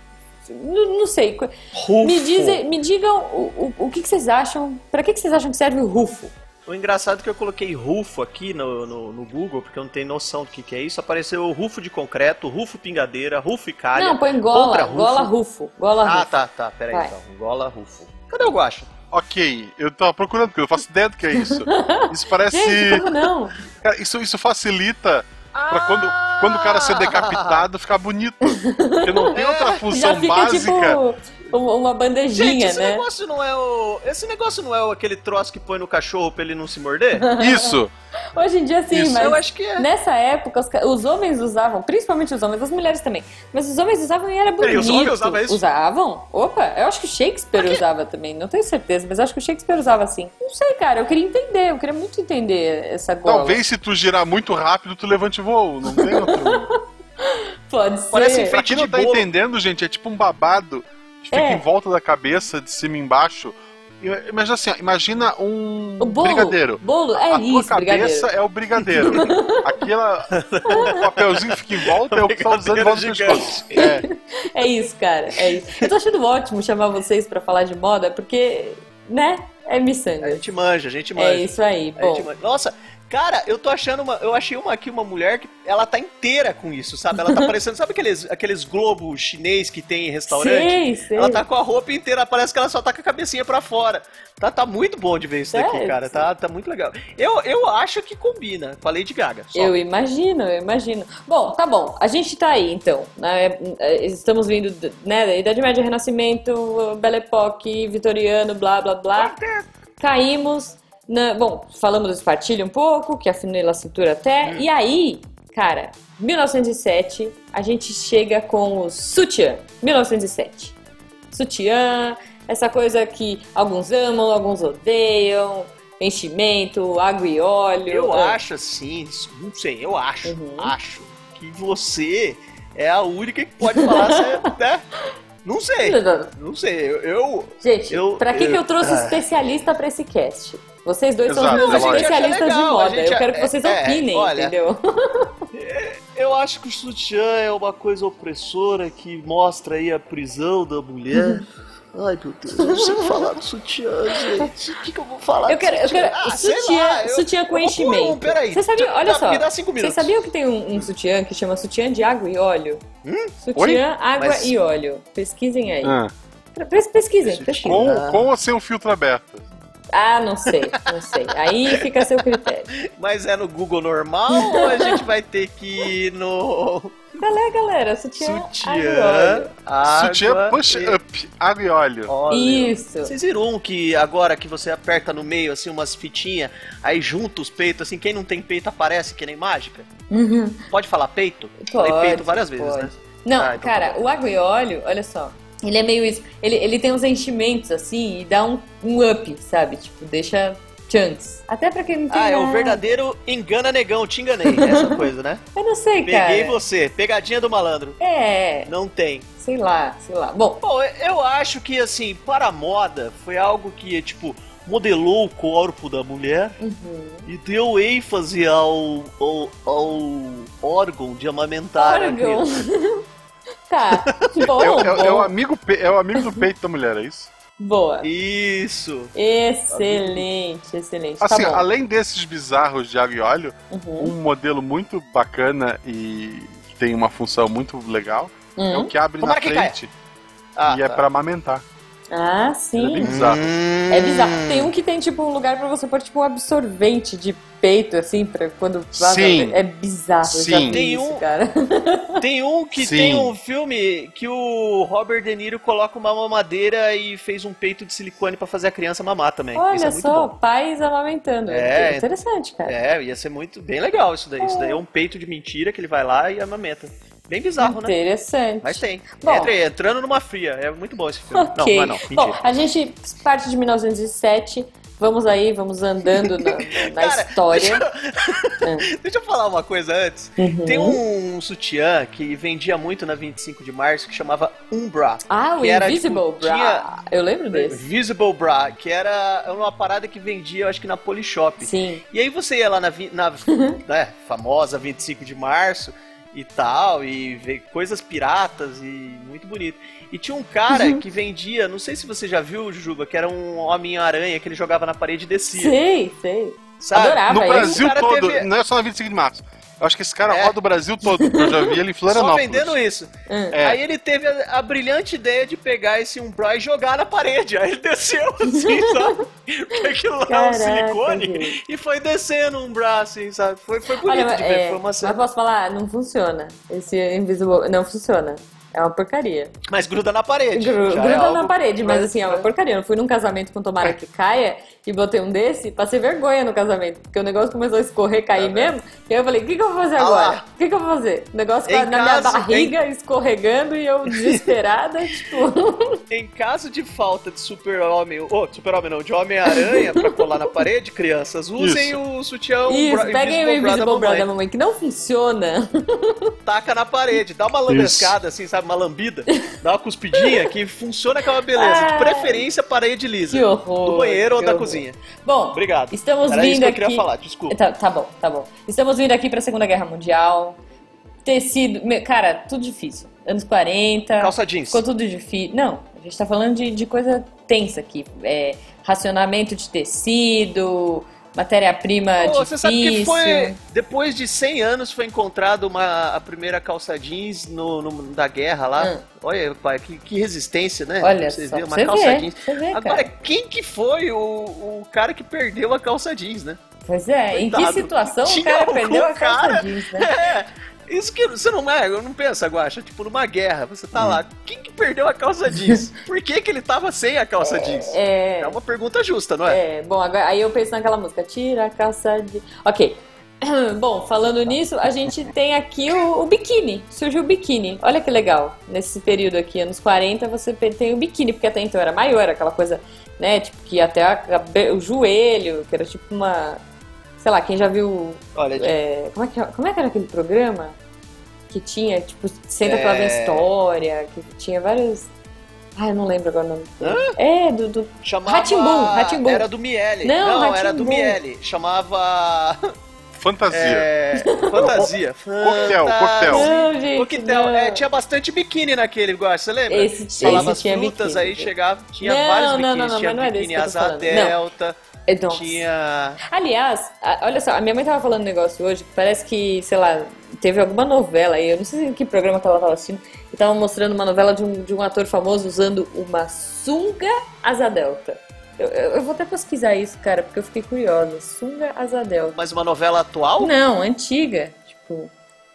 B: Não, não sei.
C: Rufo.
B: Me, dizem, me digam o, o, o que, que vocês acham. Pra que, que vocês acham que serve o rufo?
C: O engraçado é que eu coloquei rufo aqui no, no, no Google, porque eu não tenho noção do que, que é isso. Apareceu rufo de concreto, rufo pingadeira, rufo e calha.
B: Não, põe gola,
C: compra rufo.
B: gola rufo. Gola
C: ah,
B: rufo.
C: tá, tá. Pera aí,
B: Vai.
C: então. Gola rufo. Cadê o guacha?
A: Ok, eu tava procurando, porque eu não faço ideia do que é isso. Isso parece.
B: Gente, como não?
A: Cara, Isso, isso facilita pra quando, quando o cara
C: Ah!
A: ser decapitado ficar bonito. Porque não tem outra
B: Ah! Já
A: função
B: fica
A: básica.
B: tipo um- uma
C: Gente,
B: bandejinha,
C: esse
B: né?
C: negócio não é o. Esse negócio não é o- aquele troço que põe no cachorro pra ele não se morder?
B: tipo-
A: Isso!
B: Hoje em dia sim,
A: Isso,
B: mas
C: eu acho que é.
B: nessa época os, ca- os homens usavam, principalmente os homens, as mulheres também, mas os homens usavam e era bonito.
C: Peraí, os homens usavam isso?
B: Usavam? Opa, eu acho que o Shakespeare usava também, não tenho certeza, mas acho que o Shakespeare usava assim. Não sei, cara, eu queria entender, eu queria muito entender essa gola.
A: Talvez se tu girar muito rápido, tu levante voo. Não tem outro.
B: Pode ser.
C: Parece enfeite
A: pra quem não
C: de
A: tá
C: bolo.
A: entendendo, gente, é tipo um babado que fica
B: É.
A: em volta da cabeça, de cima e embaixo. Ima- Imagina assim, ó, imagina um
B: O bolo.
A: brigadeiro.
B: Bolo, é
A: a tua
B: isso, brigadeiro.
A: cabeça é o brigadeiro. Aquela, o papelzinho que fica em volta é o que tá usando em volta do
C: Brigadeiro
A: pescoço. É.
B: É isso, cara, é isso. Eu tô achando ótimo chamar vocês pra falar de moda, porque, né, é
C: A
B: miçanga.
C: gente manja, a gente manja.
B: É isso aí,
C: A gente
B: bom.
C: manja. Nossa, cara, eu tô achando uma. Eu achei uma aqui, uma mulher que ela tá inteira com isso, sabe? Ela tá parecendo. sabe aqueles, aqueles globos chinês que tem em restaurante?
B: Sei, sei.
C: Ela tá com a roupa inteira, parece que ela só tá com a cabecinha pra fora. Tá, tá muito bom de ver isso daqui,
B: Sério?
C: cara. Tá, tá muito legal. Eu, eu acho que combina com a Lady Gaga. Só. um
B: Eu imagino, eu imagino. Bom, tá bom. A gente tá aí, então. né? Eh, Estamos vindo d- né, da Idade Média, Renascimento, Belle Époque, Vitoriano, blá, blá, blá. Caímos. na- Bom, falamos do espartilho um pouco, que afunila a cintura até.
C: Hum.
B: E aí, cara, 1907, a gente chega com o sutiã. 1907. Sutiã, essa coisa que alguns amam, alguns odeiam. Enchimento, água e óleo.
C: Eu
B: Ah.
C: acho assim, não sei, eu acho,
B: Uhum.
C: acho que você é a única que pode falar, se- né? Não sei, não sei. Eu, eu-
B: Gente,
C: Eu-
B: pra que,
C: eu-
B: que eu trouxe
C: ah. especialista
B: especialista pra esse cast? Vocês dois são
A: Exato,
B: os meus
A: eu acho
B: especialistas de
C: legal, a
B: moda.
C: gente
B: eu
C: é-
B: quero que vocês
C: é,
B: opinem,
C: olha.
B: entendeu?
C: eu acho que o sutiã é uma coisa opressora que mostra aí a prisão da mulher. Ai, meu Deus, eu não sei falar do sutiã, gente. O que, que eu vou falar
B: Eu
C: do
B: quero, eu
C: sutiã?
B: quero
C: Ah, sei
B: sutiã,
C: lá, eu-
B: sutiã com
C: eu vou pôr um,
B: enchimento.
C: peraí.
B: Vocês sabiam, olha
C: Dá-
B: só.
C: me dá cinco
B: Vocês
C: minutos.
B: sabiam que tem um, um sutiã que chama sutiã de água e óleo? Sutiã, água
C: Mas-
B: e óleo. Pesquisem aí.
A: Ah.
B: Pre- pes- Pesquisem, pesquisem.
A: Com, com ou sem o filtro aberto?
B: Ah, não sei, não sei. Aí fica a seu critério.
C: Mas é no Google normal ou a gente vai ter que ir no
B: Qual é, galera? Sutiã, água e óleo.
C: sutiã? água
A: Sutiã push
C: e
A: up, água e óleo.
C: óleo?
B: Isso.
C: Vocês viram um que agora que você aperta no meio, assim, umas fitinhas, aí junta os peitos, assim, quem não tem peito aparece que nem mágica?
B: Uhum.
C: Pode falar peito? Falei peito várias vezes,
B: pode.
C: né?
B: Não,
C: Ah, então
B: cara,
C: tá bom.
B: o água e óleo, olha só. Ele é meio isso. Ele, ele tem uns enchimentos assim e dá um, um up, sabe? Tipo, deixa chunks. Até pra quem não tem.
C: Ah, é o
B: nada.
C: verdadeiro engana negão, te enganei, essa coisa, né?
B: Eu não sei,
C: Peguei
B: cara.
C: você, pegadinha do malandro.
B: É,
C: Não tem.
B: sei lá, sei lá. Bom,
C: Bom, eu acho que, assim, para a moda, foi algo que, tipo, modelou o corpo da mulher
B: uhum.
C: e deu ênfase ao, ao, ao órgão de amamentar a
B: Órgão.
C: criança.
B: tá.
C: Oh,
B: Bom,
A: É, o- é o-
B: bom.
A: é o amigo, pe- é o amigo do peito da mulher, é isso?
B: Boa.
C: Isso.
B: Excelente, excelente.
A: Assim,
B: tá bom.
A: além desses bizarros de água e óleo,
B: Uhum.
A: um modelo muito bacana e que tem uma função muito legal é o
B: Hum.
A: que abre
C: Tomara
A: na
C: que caia.
A: frente
C: Ah,
A: e é
C: tá.
A: pra amamentar.
B: Ah,
A: Ele é
B: sim.
A: bem bizarro.
B: É bizarro. Tem um que tem, tipo, um lugar pra você pôr, tipo, um absorvente de peito, assim, pra quando vaza.
A: Sim.
B: É bizarro, eu já
A: Sim.
B: vi
C: Tem
B: isso,
C: um-
B: cara.
C: Tem um que
A: Sim.
C: tem um filme que o Robert De Niro coloca uma mamadeira e fez um peito de silicone pra fazer a criança mamar também. isso é
B: Olha
C: muito
B: só,
C: bom.
B: pais amamentando.
C: É.
B: É interessante, cara.
C: É, ia ser muito bem legal isso daí. Isso daí é um peito de mentira que ele vai lá e amamenta. Bem bizarro, né?
B: Interessante.
C: Mas tem.
B: Bom.
C: Entra, aí, entrando numa fria. É muito bom esse filme.
B: Ok.
C: Não, mas não.
B: Bom,
C: Mentira.
B: a gente parte de 1907. Vamos aí, vamos andando na, na
C: Cara,
B: história.
C: Deixa eu falar uma coisa antes.
B: Uhum.
C: Tem um sutiã que vendia muito na 25 de março que chamava Umbra.
B: Ah, o
C: que era,
B: Invisible
C: tipo,
B: Bra.
C: tinha-
B: Eu lembro desse.
C: Visible Bra, que era uma parada que vendia, eu acho que na Polishop.
B: Sim. Uhum.
C: E aí você ia lá na, vi- na né, famosa 25 de março e tal, e ver coisas piratas e muito bonito. E tinha um cara
B: Uhum.
C: que vendia, não sei se você já viu, Jujuba, que era um Homem-Aranha que ele jogava na parede e descia.
B: Sei, sei.
C: Sabe?
B: Adorava. Ah,
A: no
B: mas
A: Brasil
C: o cara
A: todo,
C: teve-
A: não é só na 25 de março. Eu acho que esse cara
C: É.
A: roda o Brasil todo, porque eu já vi ele em
C: Só
A: Florianópolis.
C: vendendo isso.
B: Hum.
A: É.
C: Aí ele teve a, a brilhante ideia de pegar esse Umbra e jogar na parede. Aí ele desceu assim, sabe? Porque aquilo lá é um
B: Caraca,
C: silicone.
B: gente.
C: E foi descendo um Umbra, assim, sabe? Foi, foi bonito
B: mas,
C: de ver.
B: é,
C: foi uma
B: mas
C: cena.
B: posso falar, não funciona. Esse Invisible não funciona. É uma porcaria.
C: Mas gruda na parede.
B: Gru-
C: já
B: Gruda
C: é
B: na
C: algo-
B: parede, mas assim, é uma
C: Mas-
B: porcaria. Eu fui num casamento com tomara que caia e botei um desse, passei vergonha no casamento, porque o negócio começou a escorrer, cair mesmo. E aí eu falei, o que, que eu vou fazer
C: É Ah lá.
B: agora? O que, que eu vou fazer? O negócio
C: Em
B: na minha
C: casa,
B: barriga escorregando e eu desesperada,
C: Então,
B: tipo.
C: Em caso de falta de super-homem, ou super-homem não, de Homem-Aranha pra colar na parede, crianças, usem
A: Isso.
C: o sutiã
B: Isso,
C: Umbra-
B: peguem o
C: Bra da
B: Invisible Bra
C: mamãe.
B: da mamãe, que não funciona.
C: taca na parede, dá uma lambescada assim, sabe? Uma lambida, dá uma cuspidinha que funciona que é uma beleza. De
B: Ai.
C: preferência, parede lisa.
B: Que horror.
C: Do banheiro ou
B: que
C: da
B: horror.
C: cozinha.
B: Bom,
C: Obrigado.
B: Estamos
C: Era
B: vindo
C: isso que eu
B: aqui.
C: queria falar, desculpa.
B: Tá, tá bom, tá bom. Estamos vindo aqui pra Segunda Guerra Mundial. Tecido. me- Cara, tudo difícil. Anos 40.
C: Calça jeans.
B: É Ficou tudo difícil. Não, a gente tá falando de, de coisa tensa aqui. É, racionamento de tecido, matéria-prima
C: Pô,
B: difícil.
C: você sabe que foi. Depois de 100 anos foi encontrada uma, a primeira calça jeans no, no- da guerra lá.
B: Hum.
C: Olha, pai, que, que resistência, né?
B: Olha
C: Pra
B: só,
C: você
B: você
C: ver, uma
B: vê,
C: calça jeans.
B: você vê, cara.
C: Agora, quem que foi o, o cara que perdeu a calça jeans, né?
B: Pois é, em que
C: Coitado.
B: situação o
C: Tinha
B: cara
C: algum
B: perdeu a calça
C: cara?
B: jeans, né?
C: É, isso que você não é, eu não pensa, Guaxa. Tipo, numa guerra, você tá lá. Quem que perdeu a calça jeans? Por que que ele tava sem a calça jeans? É,
B: É,
C: uma pergunta justa, não é?
B: É, bom, agora, aí eu penso naquela música, tira a calça de. Ok. Bom, falando nisso, a gente tem aqui o, o biquíni. Surgiu o biquíni. Olha que legal. Nesse período aqui, anos 40, você pe- tem o biquíni, porque até então era maior, era aquela coisa, né? Tipo, que até a cabe- o joelho, que era tipo uma. Sei lá, quem já viu.
C: Olha,
B: é, como, é que, como é que era aquele programa? Que tinha, tipo, Senta pra ver
C: É.
B: história, que tinha vários. Ah, eu não lembro agora o nome. É, do- do
C: chamava...
B: Rá-Tim-Bum, Rá-Tim-Bum.
C: Era do Miele.
B: Não,
C: era do
B: Rá-Tim-Bum.
C: Miele. Chamava...
A: Fantasia.
C: É, fantasia.
A: Coquetel, coquetel.
B: Não, gente,
C: Coquetel.
B: não.
C: É, tinha bastante biquíni naquele, Guaxa, você lembra?
B: Esse,
C: Falava
B: esse
C: as
B: tinha
C: frutas
B: biquíni.
C: aí, chegava, tinha
B: Não,
C: vários
B: não, não,
C: biquínis,
B: não,
C: tinha
B: mas não é desse
C: biquíni
B: que eu tô
C: asa
B: falando. Não.
C: delta,
B: É, nossa.
C: tinha...
B: Aliás, a- olha só, a minha mãe tava falando um negócio hoje que parece que, sei lá, teve alguma novela aí, eu não sei em que programa que ela tava assistindo, e tava mostrando uma novela de um, de um ator famoso usando uma sunga asa delta. Eu, eu- eu vou até pesquisar isso, cara, porque eu fiquei curiosa. Sunga asa delta.
C: Mas uma novela atual?
B: Não, antiga. Tipo.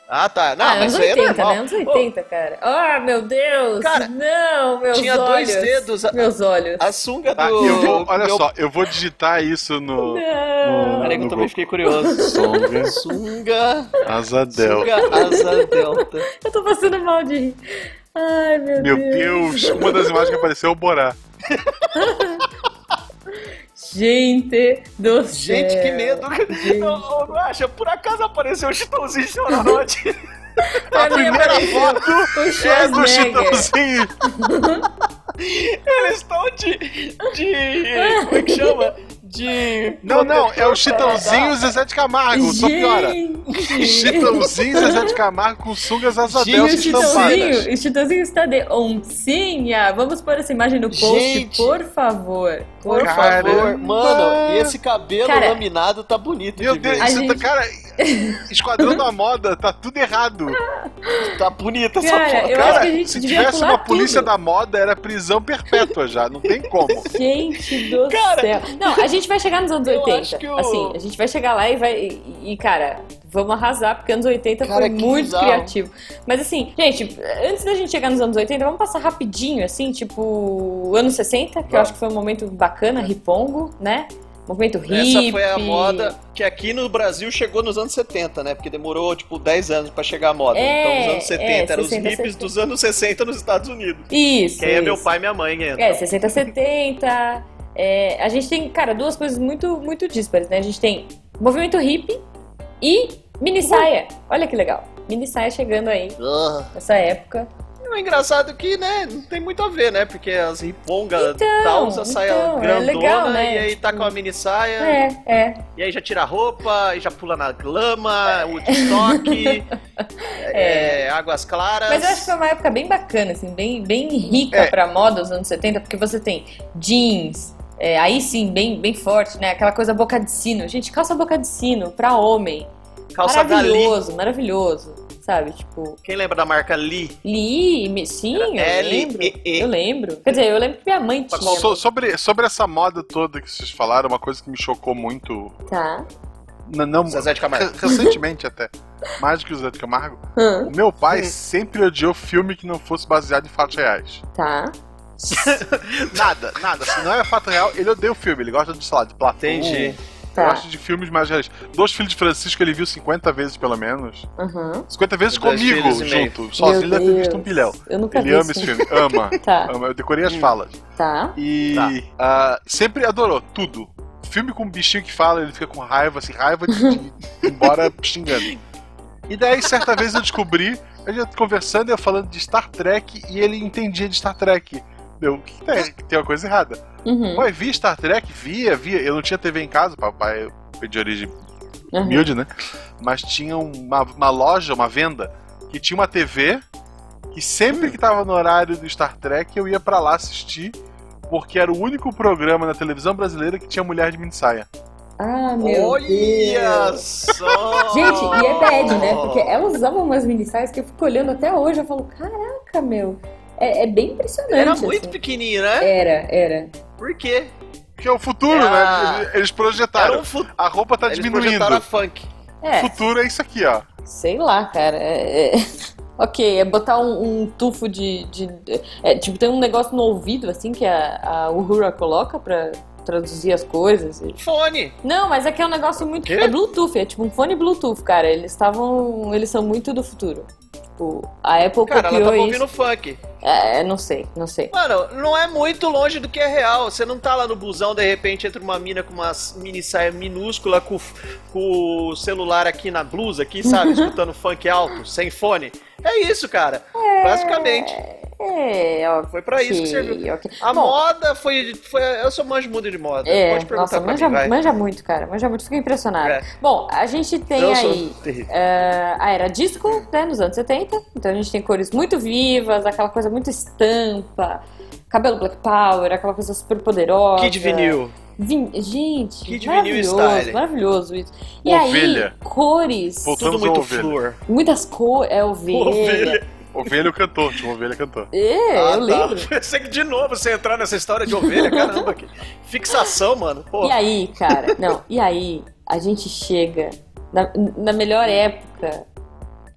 C: Ah, tá. Não,
B: ah, anos
C: mas isso aí é
B: 80,
C: normal.
B: né? Anos 80, cara. Ah, meu Deus!
C: Cara,
B: não, meus
C: tinha
B: olhos.
C: dois dedos, a-
B: Meus olhos.
C: A sunga do.
A: Ah, eu vou- olha
C: meu-
A: só, eu vou digitar isso no.
B: Não.
A: no-
C: Peraí
A: no
C: que eu também
A: Google.
C: fiquei curioso.
A: Songa
C: Sunga.
A: Asa Delta.
C: Sunga asa delta.
B: Eu tô passando mal de rir. Ai, meu,
A: Meu
B: Deus.
A: Deus, uma das imagens que apareceu é o Borá.
B: Gente do céu.
C: Gente, que medo. Ô, ô, Guaxa, por acaso apareceu o Chitãozinho Chororote?
B: Pra
A: A
B: mim
A: primeira
B: apareceu O
A: É do
B: Schwarzenegger.
A: Chitãozinho.
C: Eles estão de. de. Como é que chama? De.
A: Não, não, é o
C: protetor
A: Chitãozinho e o Zezé de Camargo, só piora.
B: Gente.
A: Chitãozinho e Zezé de Camargo com sungas asa
C: Gente,
B: E o
A: delta estampadas.
B: Chitãozinho, o Chitãozinho está de oncinha. Vamos pôr essa imagem no post,
C: Gente.
B: por favor.
C: Por
A: Caramba.
C: favor. Mano, e esse cabelo
B: Cara.
C: laminado tá bonito
A: Meu
C: de
A: Deus,
C: ver.
B: A
A: isso
B: gente-
A: tá, cara, esquadrão da moda, tá tudo errado.
C: Tá bonita essa
B: Cara,
C: foto.
B: eu
A: cara,
B: acho que a gente
A: se
B: devia
A: tivesse
B: pular
A: uma polícia
B: tudo.
A: da moda, era prisão perpétua já, não tem como.
B: Gente do
C: Cara,
B: céu. Não, a gente vai chegar nos anos
C: eu
B: 80.
C: acho que o-
B: Assim, a gente vai chegar lá e vai. E, e, cara, vamos arrasar, porque anos 80
C: Cara,
B: foi
C: que
B: muito
C: bizarro.
B: criativo. Mas assim, gente, antes da gente chegar nos anos 80, vamos passar rapidinho, assim, tipo, anos 60, que eu
C: Vamos.
B: acho que foi um momento bacana, ripongo, né? Movimento hippie.
C: Essa foi a moda que aqui no Brasil chegou nos anos 70, né? Porque demorou, tipo, 10 anos pra chegar à moda.
B: É,
C: então, os anos 70
B: é,
C: eram os
B: 60,
C: hippies
B: 70.
C: dos anos 60 nos Estados Unidos.
B: Isso.
C: Que aí é meu
B: isso.
C: pai e minha mãe que entra.
B: É, 60, 70. É, a gente tem, cara, duas coisas muito, muito díspares, né? A gente tem movimento hippie e mini saia. Olha que legal. Mini saia chegando aí,
C: Ah.
B: nessa época.
C: O engraçado é que, né, não tem muito a ver, né? Porque as ripongas
B: Então,
C: tal, usa saia
B: então, é
C: grandona
B: legal, né?
C: e aí tá com a mini saia.
B: É, é.
C: E aí já tira a roupa, e já pula na lama, o estoque, é, águas claras.
B: Mas eu acho que foi uma época bem bacana, assim, bem, bem rica
A: É.
B: pra moda os anos 70, porque você tem jeans, é, aí sim, bem, bem forte, né? Aquela coisa boca de sino. Gente, calça boca de sino pra homem.
C: Calça
B: é
C: da Lee.
B: maravilhoso, maravilhoso. Sabe, tipo,
C: Quem lembra da marca Lee?
B: Li, me- sim, eu
C: Era é,
B: lembro.
C: L-E-E.
B: Eu lembro. Quer dizer, eu lembro que minha mãe tinha.
A: So- sobre, sobre essa moda toda que vocês falaram, uma coisa que me chocou muito.
B: Tá.
A: Não, não-
C: Zezé de Camargo.
A: re- recentemente até. Mais do que o Zé de Camargo.
B: Hã,
A: O meu pai
C: Hum.
A: sempre odiou filme que não fosse baseado em fatos reais.
B: tá.
A: Nada, nada. Se não é fato real, ele odeia o filme. Ele gosta de, sei lá, de Platão.
C: Entendi.
B: Tá.
A: Gosta de filmes mais reais. Dois Filhos de Francisco ele viu 50 vezes, pelo menos.
B: Aham.
A: 50 vezes
C: Dois
A: comigo,
C: filhos e meio.
A: junto. Sozinho ele
B: Meu
A: deve ter visto um
B: Deus.
A: bilhão.
B: Eu nunca
A: Ele
B: vi
A: ama esse filme. Ama.
B: Tá,
A: ama. Eu decorei as
C: Hum.
A: falas.
B: tá.
A: E
C: Tá.
A: ah, sempre adorou tudo. Filme com um bichinho que fala, ele fica com raiva, assim, raiva de, de ir embora xingando. E daí, certa vez, eu descobri, a gente conversando, eu falando de Star Trek, e ele entendia de Star Trek. Deu, o que que tem? Tem uma coisa errada.
B: Uhum.
A: Ué, vi Star Trek? Via, via. Eu não tinha TV em casa, papai é de origem
B: Uhum.
A: humilde, né? Mas tinha uma, uma loja, uma venda, que tinha uma TV, que sempre que tava no horário do Star Trek, eu ia pra lá assistir, porque era o único programa na televisão brasileira que tinha mulher de minissaia.
B: Ah, meu
C: Olha
B: Deus.
C: só!
B: Gente, e é bad, né? Porque elas usavam umas mini saias que eu fico olhando até hoje. Eu falo, caraca, meu. É, é bem impressionante.
C: Era muito
B: assim. É.
C: pequenininho, né?
B: Era, era.
C: Por quê?
A: Que é o futuro,
C: Ah.
A: né? Eles
C: Era
A: projetaram.
C: um futuro.
A: A roupa tá
C: Eles
A: diminuindo.
C: projetaram a funk.
A: O
B: É,
A: futuro é isso aqui, ó.
B: sei lá, cara. É- é- Ok, é botar um, um tufo de. de- é, tipo, tem um negócio no ouvido, assim, que a, a Uhura coloca pra traduzir as coisas. tipo,
C: Fone!
B: Não, mas é que é um negócio muito.
C: Quê?
B: É Bluetooth, é tipo um fone Bluetooth, cara. Eles estavam. Eles são muito do futuro. Tipo, a Apple
C: Cara, ela tá
B: copiou
C: tava
B: isso.
C: ouvindo funk.
B: É, não sei, não sei.
C: Mano, não é muito longe do que é real. Você não tá lá no busão, de repente entra uma mina com uma mini saia minúscula, com, com o celular aqui na blusa, aqui, sabe? Escutando funk alto, sem fone. É isso, cara. Basicamente.
B: É, ó.
C: Foi pra isso que serviu.
B: ok.
C: A
B: Bom,
C: moda foi, foi. Eu sou manjo mundo de moda.
B: É,
C: Pode perguntar
B: nossa,
C: pra
B: manja,
C: mim, vai.
B: manja muito, cara. Manja muito, fico impressionada.
C: É.
B: Bom, a gente tem
C: eu
B: aí.
C: sou terrível.
B: É, a era disco, né, nos anos 70. Então a gente tem cores muito vivas, aquela coisa muito estampa, cabelo black power, aquela coisa super poderosa.
C: Kid vinil.
B: Vin- gente,
C: Kid
B: maravilhoso,
C: vinil style.
B: maravilhoso isso. E
A: Ovelha.
B: aí, cores,
A: Voltou.
C: Tudo
A: Voltamos
C: muito
A: ao ovelha.
C: flor.
B: muitas cores, é ovelha.
C: Ovelha.
A: Ovelha o cantor, tinha uma ovelha cantor.
B: É, eu
C: Ah, tá.
B: lembro.
C: Pensei que de novo você entrar nessa história de ovelha, caramba. Que fixação, mano. Pô.
B: E aí, cara, não, e aí a gente chega na, na melhor época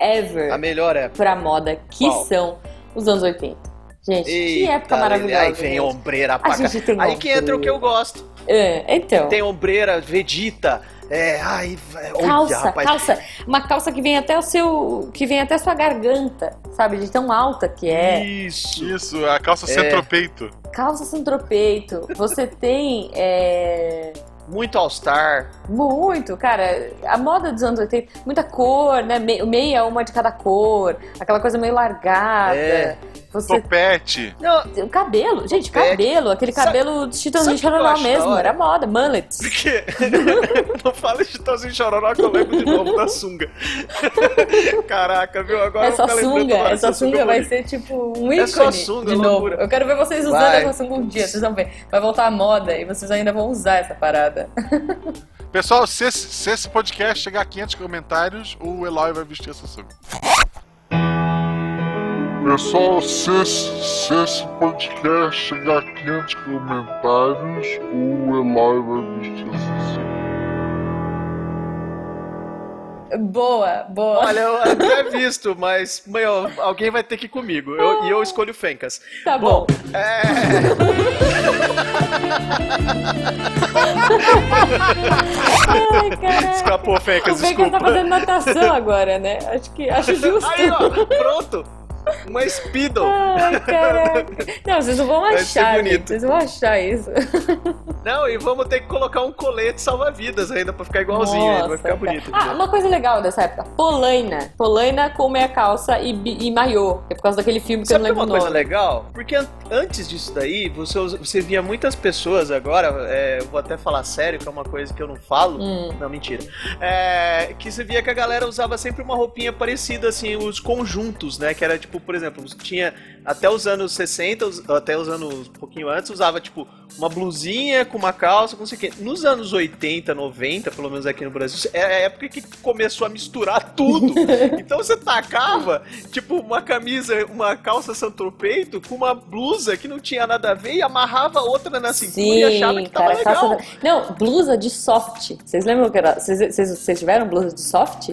B: ever
C: A melhor é.
B: pra moda, que
C: Qual?
B: são os anos 80. Gente, que época maravilhosa.
C: Aí vem
B: gente.
C: ombreira pra
B: A gente tem
C: Aí que entra o que eu gosto.
B: É, então.
C: Tem ombreira, vedita. É, ai, vé- olha,
B: calça,
C: rapaz.
B: calça. Uma calça que vem até o seu. que vem até a sua garganta, sabe? De tão alta que é.
C: Isso.
A: Isso, a
C: É.
A: calça centropeito.
C: Hum.
B: Calça sem tropeito. Você tem. é,
C: Muito all-star.
B: Muito, cara. A moda dos anos 80, é muita cor, né? Me- Meia uma de cada cor, aquela coisa meio largada.
C: É.
B: Você.
A: Topete.
C: Não,
B: O cabelo, gente,
C: Topete.
B: cabelo, aquele
C: Sabe-
B: cabelo de
C: sabe
B: Chitãozinho
C: o que eu
B: Chororó
C: acho da
B: mesmo,
C: hora?
B: era moda, mullet.
C: porque. não fala de Chitãozinho Chororó que eu lembro de novo da sunga. Caraca, viu? Agora eu
B: Essa
C: vou ficar lembrando
B: sunga,
C: agora
B: essa
C: dessa
B: sunga vai
C: bonita.
B: ser tipo um ícone
C: Essa sunga
B: de
C: é
B: novo.
C: loucura.
B: Eu quero ver vocês usando
C: Vai.
B: essa sunga um dia, vocês vão ver. Vai voltar à moda e vocês ainda vão usar essa parada.
A: Pessoal, se esse, se esse podcast chegar a 500 comentários, o Eloy vai vestir essa sunga.
E: Pessoal, se esse, se esse podcast chegar a 500 comentários, o Eloy vai vestir essa sunga.
B: Boa, boa.
C: Olha, eu até visto, mas meu, alguém vai ter que ir comigo. Eu- e eu escolho o Fencas.
B: tá bom.
C: É.
B: Ai, caraca.
C: Escapou,
B: É, O Vegas
C: Fencas,
B: tá
C: desculpa.
B: fazendo natação agora, né? Acho que acho justo.
C: Aí, ó, pronto. Uma Speedo.
B: Ai, caraca. Não, vocês não vão
C: Vai
B: achar,
C: ser bonito.
B: gente. Vocês vão achar isso.
C: Não, e vamos ter que colocar um colete salva-vidas ainda pra ficar igualzinho. ele vai
B: Nossa,
C: ficar
B: cara.
C: bonito.
B: Ah, uma coisa legal dessa época. Polaina. Polaina com meia calça e, bi- e maiô. É por causa daquele filme que
C: Sabe é
B: eu não
C: uma
B: lembro o
C: coisa
B: nome.
C: legal? Porque an- antes disso daí, você, us- você via muitas pessoas agora, é, eu vou até falar sério, que é uma coisa que eu não falo.
B: Hum.
C: Não, mentira. É, que você via que a galera usava sempre uma roupinha parecida, assim, os conjuntos, né? Que era tipo, por exemplo, os- tinha até os anos 60, os- até os anos um pouquinho antes, usava tipo uma blusinha com uma calça, com não sei o quê. Nos anos 80, 90, pelo menos aqui no Brasil, é a época que começou a misturar tudo. então você tacava, tipo, uma camisa, uma calça santropeito com uma blusa que não tinha nada a ver e amarrava outra na cintura e achava que tava
B: calça
C: legal.
B: da- Não, blusa de soft. Vocês lembram que era. Vocês, vocês- vocês tiveram blusa de soft?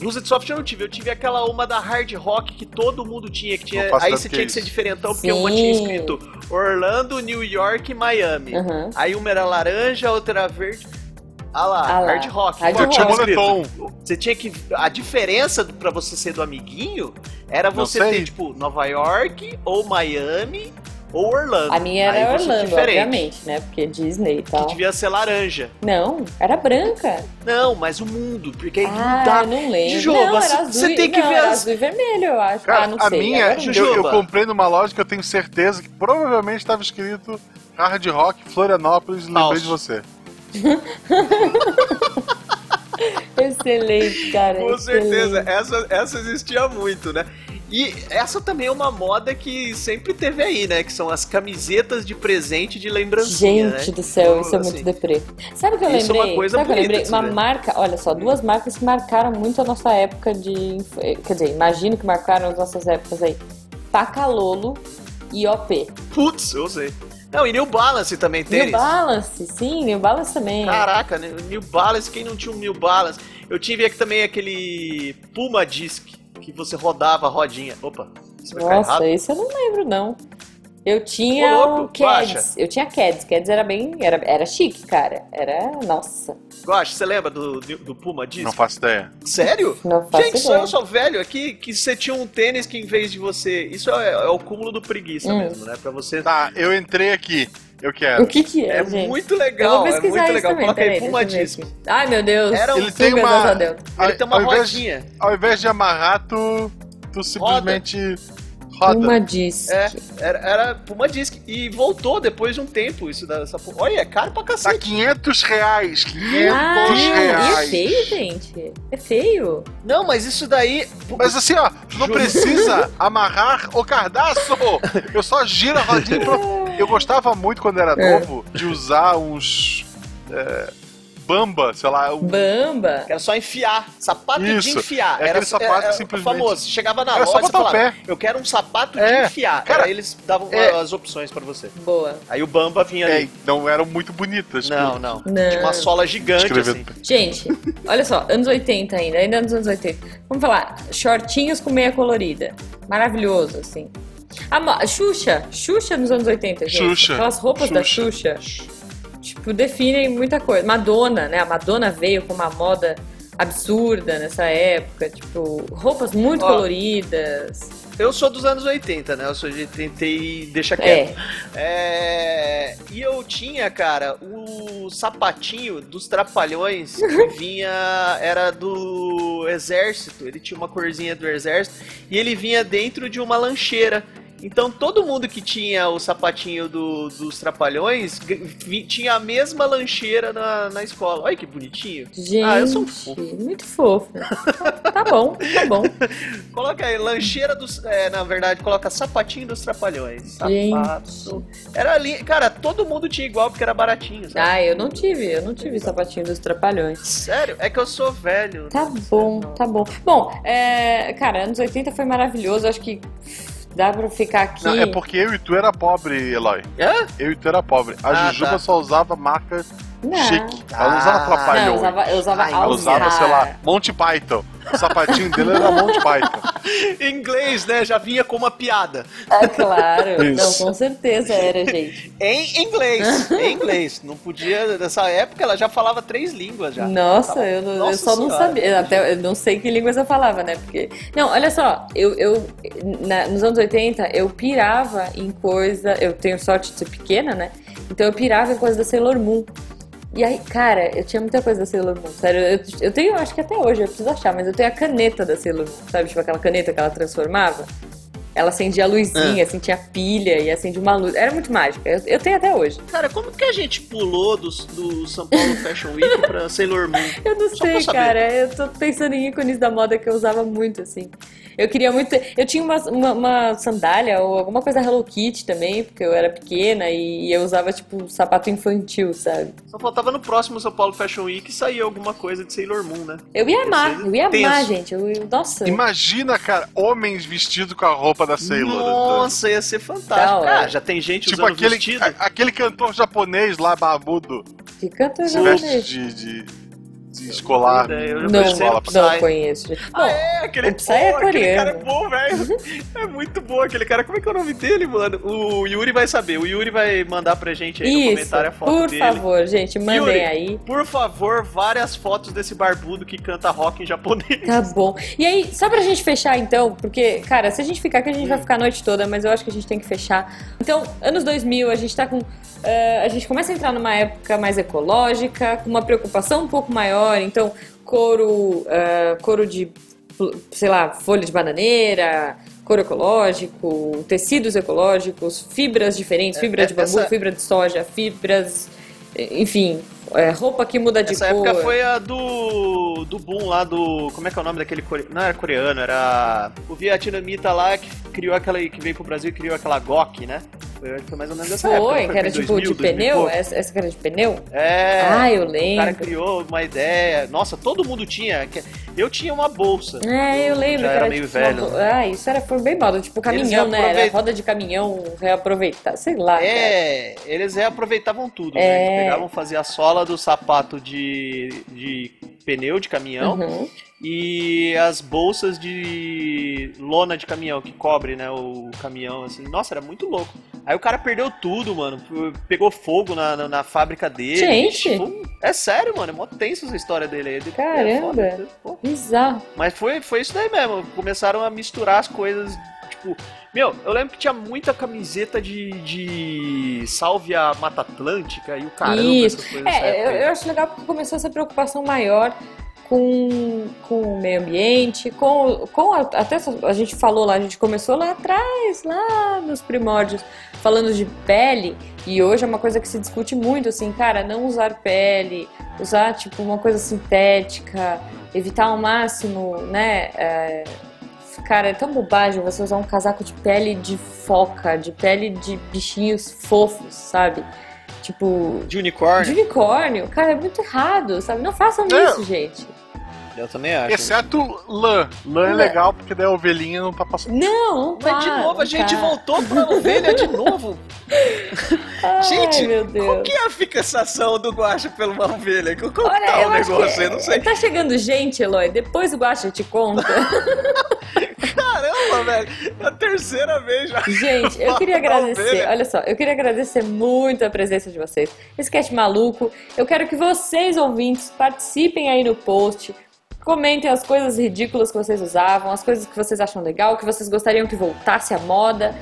C: Blusa de soft eu não tive, eu tive aquela uma da hard rock que todo mundo tinha, que
A: Não
C: tinha.
A: faço
C: Aí
A: ideia
C: você
A: do que
C: tinha
A: é
C: que ser
A: isso.
C: diferentão, porque uma tinha
B: Sim.
C: escrito Orlando, New York e Miami.
B: Aham.
C: Aí uma era laranja, a outra era verde. Ah lá,
B: Ah lá,
C: hard rock.
B: hard
C: Pô,
B: rock.
A: Curtiu
C: tinha
A: o
B: Tinha
C: escrito.
A: moletom.
C: Você tinha que. A diferença do- pra você ser do amiguinho era
A: Não
C: você
A: sei.
C: ter, tipo, Nova York, ou Miami, ou Orlando.
B: A minha era
C: Aí você é
B: Orlando,
C: diferente,
B: obviamente, né? Porque Disney e
C: Que
B: tal.
C: devia ser laranja.
B: Não, era branca.
C: Não, mas o mundo, porque aí
B: Ah,
C: não dá.
B: eu não lembro.
C: Tá. Jogo,
B: não,
C: assim,
B: era azul,
C: você
B: e-
C: tem que
B: não,
C: ver
B: era
C: as-
B: azul e vermelho, eu acho.
A: Cara,
B: ah, não
A: a
B: sei.
A: minha,
B: agora não
A: eu,
C: Jujuba.
A: eu comprei numa loja que eu tenho certeza que provavelmente estava escrito Hard Rock Florianópolis e lembrei
C: Falso.
A: de você.
B: Excelente, cara.
C: Com certeza,
B: excelente.
C: essa, essa existia muito, né? E essa também é uma moda que sempre teve aí, né? Que são as camisetas de presente de lembrancinha,
B: Gente
C: né?
B: do céu,
C: Então,
B: isso é muito
C: assim,
B: deprê. Sabe o que eu
C: isso é
B: lembrei?
C: uma coisa
B: Sabe o que eu
C: bonita né?
B: lembrei?
C: de se
B: Uma
C: ver.
B: marca, olha só, duas marcas que marcaram muito a nossa época de. inf- eh, Quer dizer, imagino que marcaram as nossas épocas aí. Pacalolo e OP.
C: Putz, eu sei. Não, e New Balance também teve.
B: New Balance, sim, New Balance também.
C: Caraca, né? New Balance, quem não tinha um New Balance? Eu tive aqui também aquele Puma Disc, que você rodava a rodinha. Opa, isso vai ficar tá errado.
B: Nossa, esse eu não lembro, não. Eu tinha
C: Ô, louco,
B: o Keds.
C: baixa.
B: Eu tinha Keds. Keds era bem. Era, era chique, cara. Era. Nossa.
C: Gosto, você lembra do, do Puma Disc?
A: Não faço ideia.
C: Sério?
B: Não faço
C: Gente, sou
B: ideia.
C: eu sou velho aqui que você tinha um tênis que em vez de você. Isso é, é o cúmulo do preguiça
B: Hum.
C: mesmo, né? Pra você.
A: Tá, eu entrei aqui. Eu
B: O
A: quero.
B: que que é,
C: É
B: gente?
C: muito
B: eu vou
C: legal, é
B: pesquisar
C: muito
B: isso
C: legal.
B: também.
C: Coloca
B: peraí,
C: aí,
B: deixa
C: Puma
B: eu ver
C: disc.
B: aqui. Ai, meu Deus.
C: Era um-
A: Ele tem
B: sungas,
A: uma-
B: graças a Deus.
C: Ele tem uma
A: ao invés-
C: rodinha.
A: Ao invés de amarrar, tu, tu simplesmente roda.
B: Uma disc.
C: É. Era, era Puma Disc. E voltou depois de um tempo isso da- essa. Olha, é caro pra
A: Tá
C: cacete.
A: 500 reais. 500
B: Ah, e é
A: reais.
B: feio, gente. É feio.
C: Tá. Não, mas isso daí.
A: Mas assim, ó, tu não
C: Juro.
A: precisa amarrar o cardaço. Eu só giro a rodinha. Pra... Eu gostava muito quando era
B: É.
A: novo de usar uns. é, bamba, sei lá. Um...
B: Bamba.
C: Era só enfiar. Sapato de
A: Isso. É
C: enfiar.
A: aquele
C: era só-
A: sapato que
C: era
A: simplesmente-
C: famoso. Você chegava na
A: Era só
C: loja e
A: botar o
C: falava:
A: pé.
C: Eu quero um sapato
A: É.
C: de enfiar.
A: Cara,
C: Aí eles davam
A: é.
C: as opções pra você.
B: Boa.
C: Aí o Bamba vinha ali.
A: É, não eram muito bonitas. tipo,
C: Não, não.
B: Não.
C: Tinha uma sola gigante,
A: Escrever-
C: assim.
B: Gente, olha só, anos 80 ainda, ainda nos anos 80. Vamos falar, shortinhos com meia colorida. Maravilhoso, assim. A mo- Xuxa, Xuxa nos anos 80, gente.
A: Xuxa,
B: Aquelas roupas da
A: Xuxa.
B: Xuxa, tipo, definem muita coisa. Madonna, né? A Madonna veio com uma moda absurda nessa época, tipo, roupas muito
C: Ó.
B: coloridas.
C: Eu sou dos anos 80, né? Eu sou de 80 e deixa
B: É.
C: quieto. É, E eu tinha, cara, o sapatinho dos trapalhões que vinha. Era do exército. Ele tinha uma corzinha do exército. E ele vinha dentro de uma lancheira. Então todo mundo que tinha o sapatinho do- dos trapalhões g- vi- tinha a mesma lancheira na, na escola. Olha que bonitinho.
B: Gente,
C: Ah, eu sou um fofo.
B: muito fofa. Tá- tá bom, tá bom.
C: Coloca aí, lancheira dos. É, na verdade, coloca sapatinho dos trapalhões.
B: Gente.
C: Sapato. Era ali. Cara, todo mundo tinha igual porque era baratinho, sabe?
B: Ah, eu não tive, eu não tive sapatinho dos trapalhões.
C: Sério? É que eu sou velho.
B: Tá bom, tá bom. Bom, é, cara, anos 80 foi maravilhoso, acho que dá pra ficar aqui.
A: Não, é porque eu e tu era pobre, Eloy.
C: Hã?
A: Eu e tu era pobre. A
C: Ah,
A: Jujuba
C: tá.
A: só usava marca
B: Não.
A: chique. Ela não usava
C: Ah.
B: Não,
A: trapalhão.
B: eu usava, eu usava
C: Ai,
A: Ela
B: All
A: usava,
B: Star.
A: sei lá, Monty Python. O sapatinho dele era Monty Python.
C: Em inglês, né? Já vinha com uma piada.
B: É claro,
A: Isso.
B: não, com certeza era, gente.
C: Em inglês. em inglês. Não podia. Nessa época ela já falava três línguas já.
B: Nossa,
C: Tá.
B: eu, não- eu
C: Nossa
B: só não
C: Senhora.
B: sabia, eu até eu não sei que línguas eu falava, né? Porque não, olha só, eu, eu na- nos anos 80 eu pirava em coisa, eu tenho sorte de ser pequena, né? Então eu pirava em coisa da Sailor Moon. E aí, cara, eu tinha muita coisa da Sailor Moon, sério. Eu, eu tenho, acho que até hoje, eu preciso achar, mas eu tenho a caneta da Sailor Moon, sabe? Tipo aquela caneta que ela transformava. Ela acendia a
C: Ah.
B: luzinha, assim, tinha pilha e acendia uma luz. Era muito mágica. Eu, eu tenho até hoje.
C: Cara, como que a gente pulou do, do São Paulo Fashion Week pra Sailor Moon?
B: Eu não
C: Só pra
B: sei,
C: saber.
B: cara. Eu tô pensando em ícones da moda que eu usava muito, assim. Eu queria muito. ter- Eu tinha uma, uma, uma sandália ou alguma coisa Hello Kitty também, porque eu era pequena e eu usava, tipo, sapato infantil, sabe?
C: Só faltava no próximo São Paulo Fashion Week sair alguma coisa de Sailor Moon, né?
B: Eu ia amar, eu ia amar,
C: Tenso.
B: gente. Eu, eu- nossa.
A: Imagina, cara, homens vestidos com a roupa da Sailor.
C: então. Nossa, ia ser fantástico.
B: Da
C: Cara,
B: hora.
C: já tem gente
A: Tipo
C: usando
A: aquele,
C: vestido.
A: a- aquele cantor japonês lá, barbudo,
B: Que canto eu
A: se
B: já
A: veste
B: falei?
A: de, de, de escolar.
C: Eu
A: de
B: Não,
A: escola pra-
C: Psy.
B: não conheço. Bom,
C: Ah, é, aquele,
B: o Psy é
C: pô, aquele
B: coreano.
C: cara é bom, velho. É muito bom aquele cara. Como é que é o nome dele, mano? O Yuri vai saber. O Yuri vai mandar pra gente aí no
B: isso.
C: um comentário a foto
B: Por
C: dele.
B: favor, gente, mandem
C: Yuri.
B: aí.
C: Por favor, várias fotos desse barbudo que canta rock em japonês.
B: Tá bom. E aí, só pra gente fechar então, porque, cara, se a gente ficar aqui, a gente vai ficar a noite toda, mas eu acho que a gente tem que fechar. Então, anos 2000, a gente tá com. eh, a gente começa a entrar numa época mais ecológica, com uma preocupação um pouco maior, então, couro, eh, couro de, pl- sei lá, folha de bananeira. Couro ecológico, tecidos ecológicos, fibras diferentes, fibra
C: é-
B: de bambu,
C: essa-
B: fibra de soja, fibras, eh, enfim, eh, roupa que muda de
C: Essa
B: cor.
C: época foi a do. do boom lá do. Como é que é o nome daquele coreano? Não era coreano, era. O vietnamita lá que criou aquela. que veio pro Brasil e criou aquela GOK, né? Foi, foi mais ou menos essa época.
B: Foi, que era
C: em
B: tipo
C: 2000,
B: de
C: 2000 e
B: pneu?
C: pouco.
B: Essa, essa que era de pneu?
C: É.
B: ah, eu
C: o cara
B: lembro.
C: criou uma ideia. Nossa, todo mundo tinha. que- Eu tinha uma bolsa.
B: É, eu lembro
C: Já
B: que
C: era
B: era,
C: meio
B: tipo, uma
C: velho,
B: ro- Ah, isso era foi bem moda, tipo caminhão, né? Era
C: reaproveit-
B: roda de caminhão, reaproveitar, sei lá. cara.
C: É, eles reaproveitavam tudo,
B: Ah, É.
C: né? Eles pegavam, faziam a sola do sapato de, de pneu de caminhão
B: Uhum.
C: e as bolsas de lona de caminhão, que cobre, né, o caminhão, assim. Nossa, era muito louco. Aí o cara perdeu tudo, mano. P- Pegou fogo na, na, na fábrica dele.
B: Gente!
C: Tipo, é sério, mano. É mó tenso essa história dele aí. É
B: Caramba.
C: foda, pô.
B: Bizarro.
C: Mas foi, foi isso daí mesmo. Começaram a misturar as coisas, tipo... Meu, eu lembro que tinha muita camiseta de, de salve a Mata Atlântica e o caramba,
B: Isso.
C: essas coisas. nessa
B: É,
C: época
B: eu,
C: aí.
B: eu acho legal porque começou essa preocupação maior com, com o meio ambiente, com, com a- até só- a gente falou lá, a gente começou lá atrás, lá nos primórdios, falando de pele, e hoje é uma coisa que se discute muito, assim, cara, não usar pele, usar tipo uma coisa sintética, evitar ao máximo, né? é, Cara, é tão bobagem você usar um casaco de pele de foca, de pele de bichinhos fofos, sabe? Tipo,
C: De unicórnio,
B: de unicórnio, cara, é muito errado, sabe? Não façam
A: É.
B: isso, gente.
C: eu também acho.
A: Exceto lã. Lã é
B: Lã.
A: legal porque daí a ovelhinha não tá passando.
B: Não, não
C: Mas de
B: tá,
C: novo, a
B: não
C: gente
B: tá.
C: voltou pra ovelha de novo.
B: Ai,
C: Gente,
B: meu
C: Qual
B: Deus.
C: que é a fixação do guacha pelo uma ovelha? Qual qual que
B: Olha,
C: tá
B: eu
C: o
B: acho
C: negócio?
B: que
C: Eu não sei.
B: tá chegando gente, Eloy. Depois o Guaxa te conta.
C: Caramba, velho. É a terceira vez já.
B: gente, eu queria
C: Fala,
B: agradecer.
C: ovelha.
B: Olha só, eu queria agradecer muito a presença de vocês. Esse cast maluco. Eu quero que vocês, ouvintes, participem aí no post. Comentem as coisas ridículas que vocês usavam, as coisas que vocês acham legal, que vocês gostariam que voltasse à moda.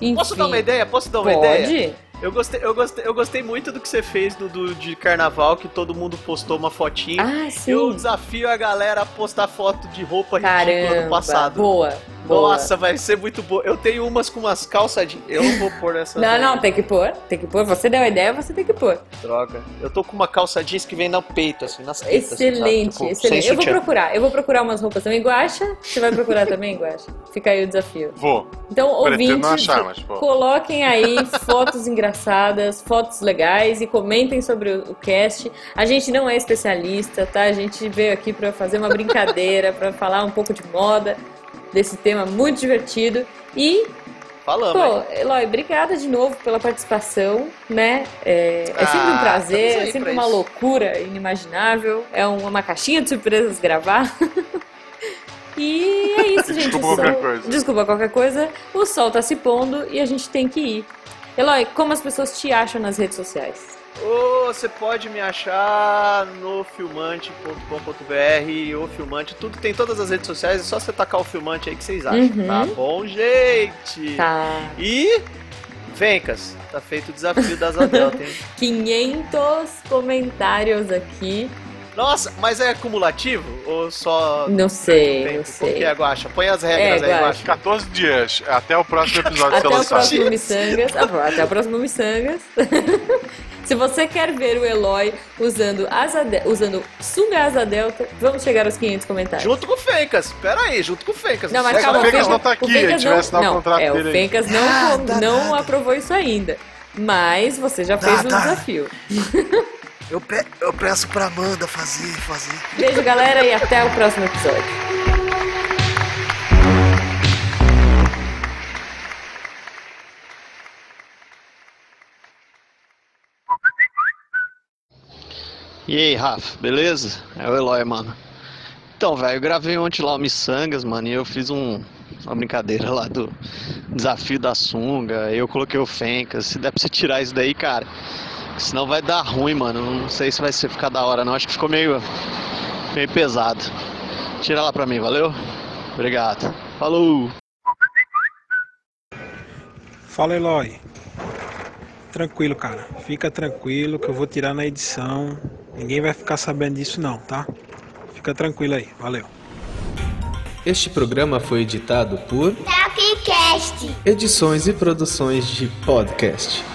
B: Enfim,
C: Posso dar uma ideia? Posso dar uma
B: pode?
C: ideia? Eu gostei, eu, gostei, eu gostei muito do que você fez do, do- de carnaval, que todo mundo postou uma fotinha.
B: Ah, sim.
C: eu desafio a galera a postar foto de roupa ridícula
B: Caramba,
C: do passado.
B: boa, boa.
C: Nossa, vai ser muito boa. Eu tenho umas com umas calças de. Eu não vou pôr nessa.
B: Não, não, tem que pôr. Tem que pôr. Você deu a ideia, você tem que pôr.
C: Droga. Eu tô com uma calça jeans que vem no peito, assim, nas tetas. assim,
B: Excelente,
C: sabe? Tipo,
B: excelente.
C: Sem
B: Eu vou
C: sutiã.
B: procurar. Eu vou procurar umas roupas também. Guaxa, você vai procurar também, Guaxa? Fica aí o desafio.
A: Vou.
B: Então,
A: Pretendo não
B: ouvintes,
A: achar, mas, pô.
B: coloquem aí fotos engraçadas, fotos legais e comentem sobre o o cast. A gente não é especialista, tá? A gente veio aqui pra fazer uma brincadeira, pra falar um pouco de moda, desse tema muito divertido. E,
C: Falamos, hein?
B: pô, Eloy, obrigada de novo pela participação, né? É, é
C: Ah,
B: sempre um prazer,
C: estamos aí
B: é sempre
C: pra
B: uma
C: isso.
B: loucura inimaginável, é um- uma caixinha de surpresas gravar. E é isso, gente.
A: Desculpa
B: o
A: qualquer
B: sol-
A: coisa.
B: Desculpa qualquer coisa. O sol tá se pondo e a gente tem que ir. Eloy, como as pessoas te acham nas redes sociais?
C: Ou você pode me achar no filmante.com.br ou filmante. Tudo tem todas as redes sociais, é só você tacar o filmante aí que vocês acham.
B: Uhum.
C: Tá bom, gente?
B: Tá.
C: E. Vencas, tá feito o desafio da Asa Delta, hein?
B: 500 comentários aqui.
C: Nossa, mas é acumulativo? Ou só.
B: Não sei, não
C: Porque
B: sei.
C: é guacha. Põe as regras
B: É,
C: aí,
B: Guaxa.
C: guacha.
A: 14 dias. Até o próximo episódio
B: Até
A: ser
B: o
A: lançado.
B: próximo Missangas. Ah, bom, Até o próximo Missangas. Se você quer ver o Eloy usando, asa de- usando sunga asa delta, vamos chegar aos 500 comentários.
C: Junto com o Fencas. Pera aí, junto com o Fencas.
B: Não, mas
A: É que
B: calma,
A: o Fencas
B: Fencas-
A: não tá aqui,
B: o Fencas
A: a gente vai
B: não-
A: assinar o
B: não,
A: contrato
B: é,
A: dele
B: O
A: aí.
B: Fencas não, não aprovou isso ainda. Mas você já fez o desafio.
F: Eu, pe- eu peço pra Amanda fazer, fazer.
B: Beijo, galera, e até o próximo episódio.
G: E aí, Rafa, beleza? É o Eloy, mano. Então, velho, eu gravei ontem lá o Missangas, mano, e eu fiz um, uma brincadeira lá do desafio da sunga, eu coloquei o Fencas, se der pra você tirar isso daí, cara, senão vai dar ruim, mano, não sei se vai ser ficar da hora não, acho que ficou meio, meio pesado. Tira lá pra mim, valeu? Obrigado. Falou!
H: Fala Eloy. Tranquilo, cara. Fica tranquilo que eu vou tirar na edição. Ninguém vai ficar sabendo disso não, tá? Fica tranquilo aí. Valeu.
I: Este programa foi editado por
J: Tapcast.
I: Edições e Produções de Podcast.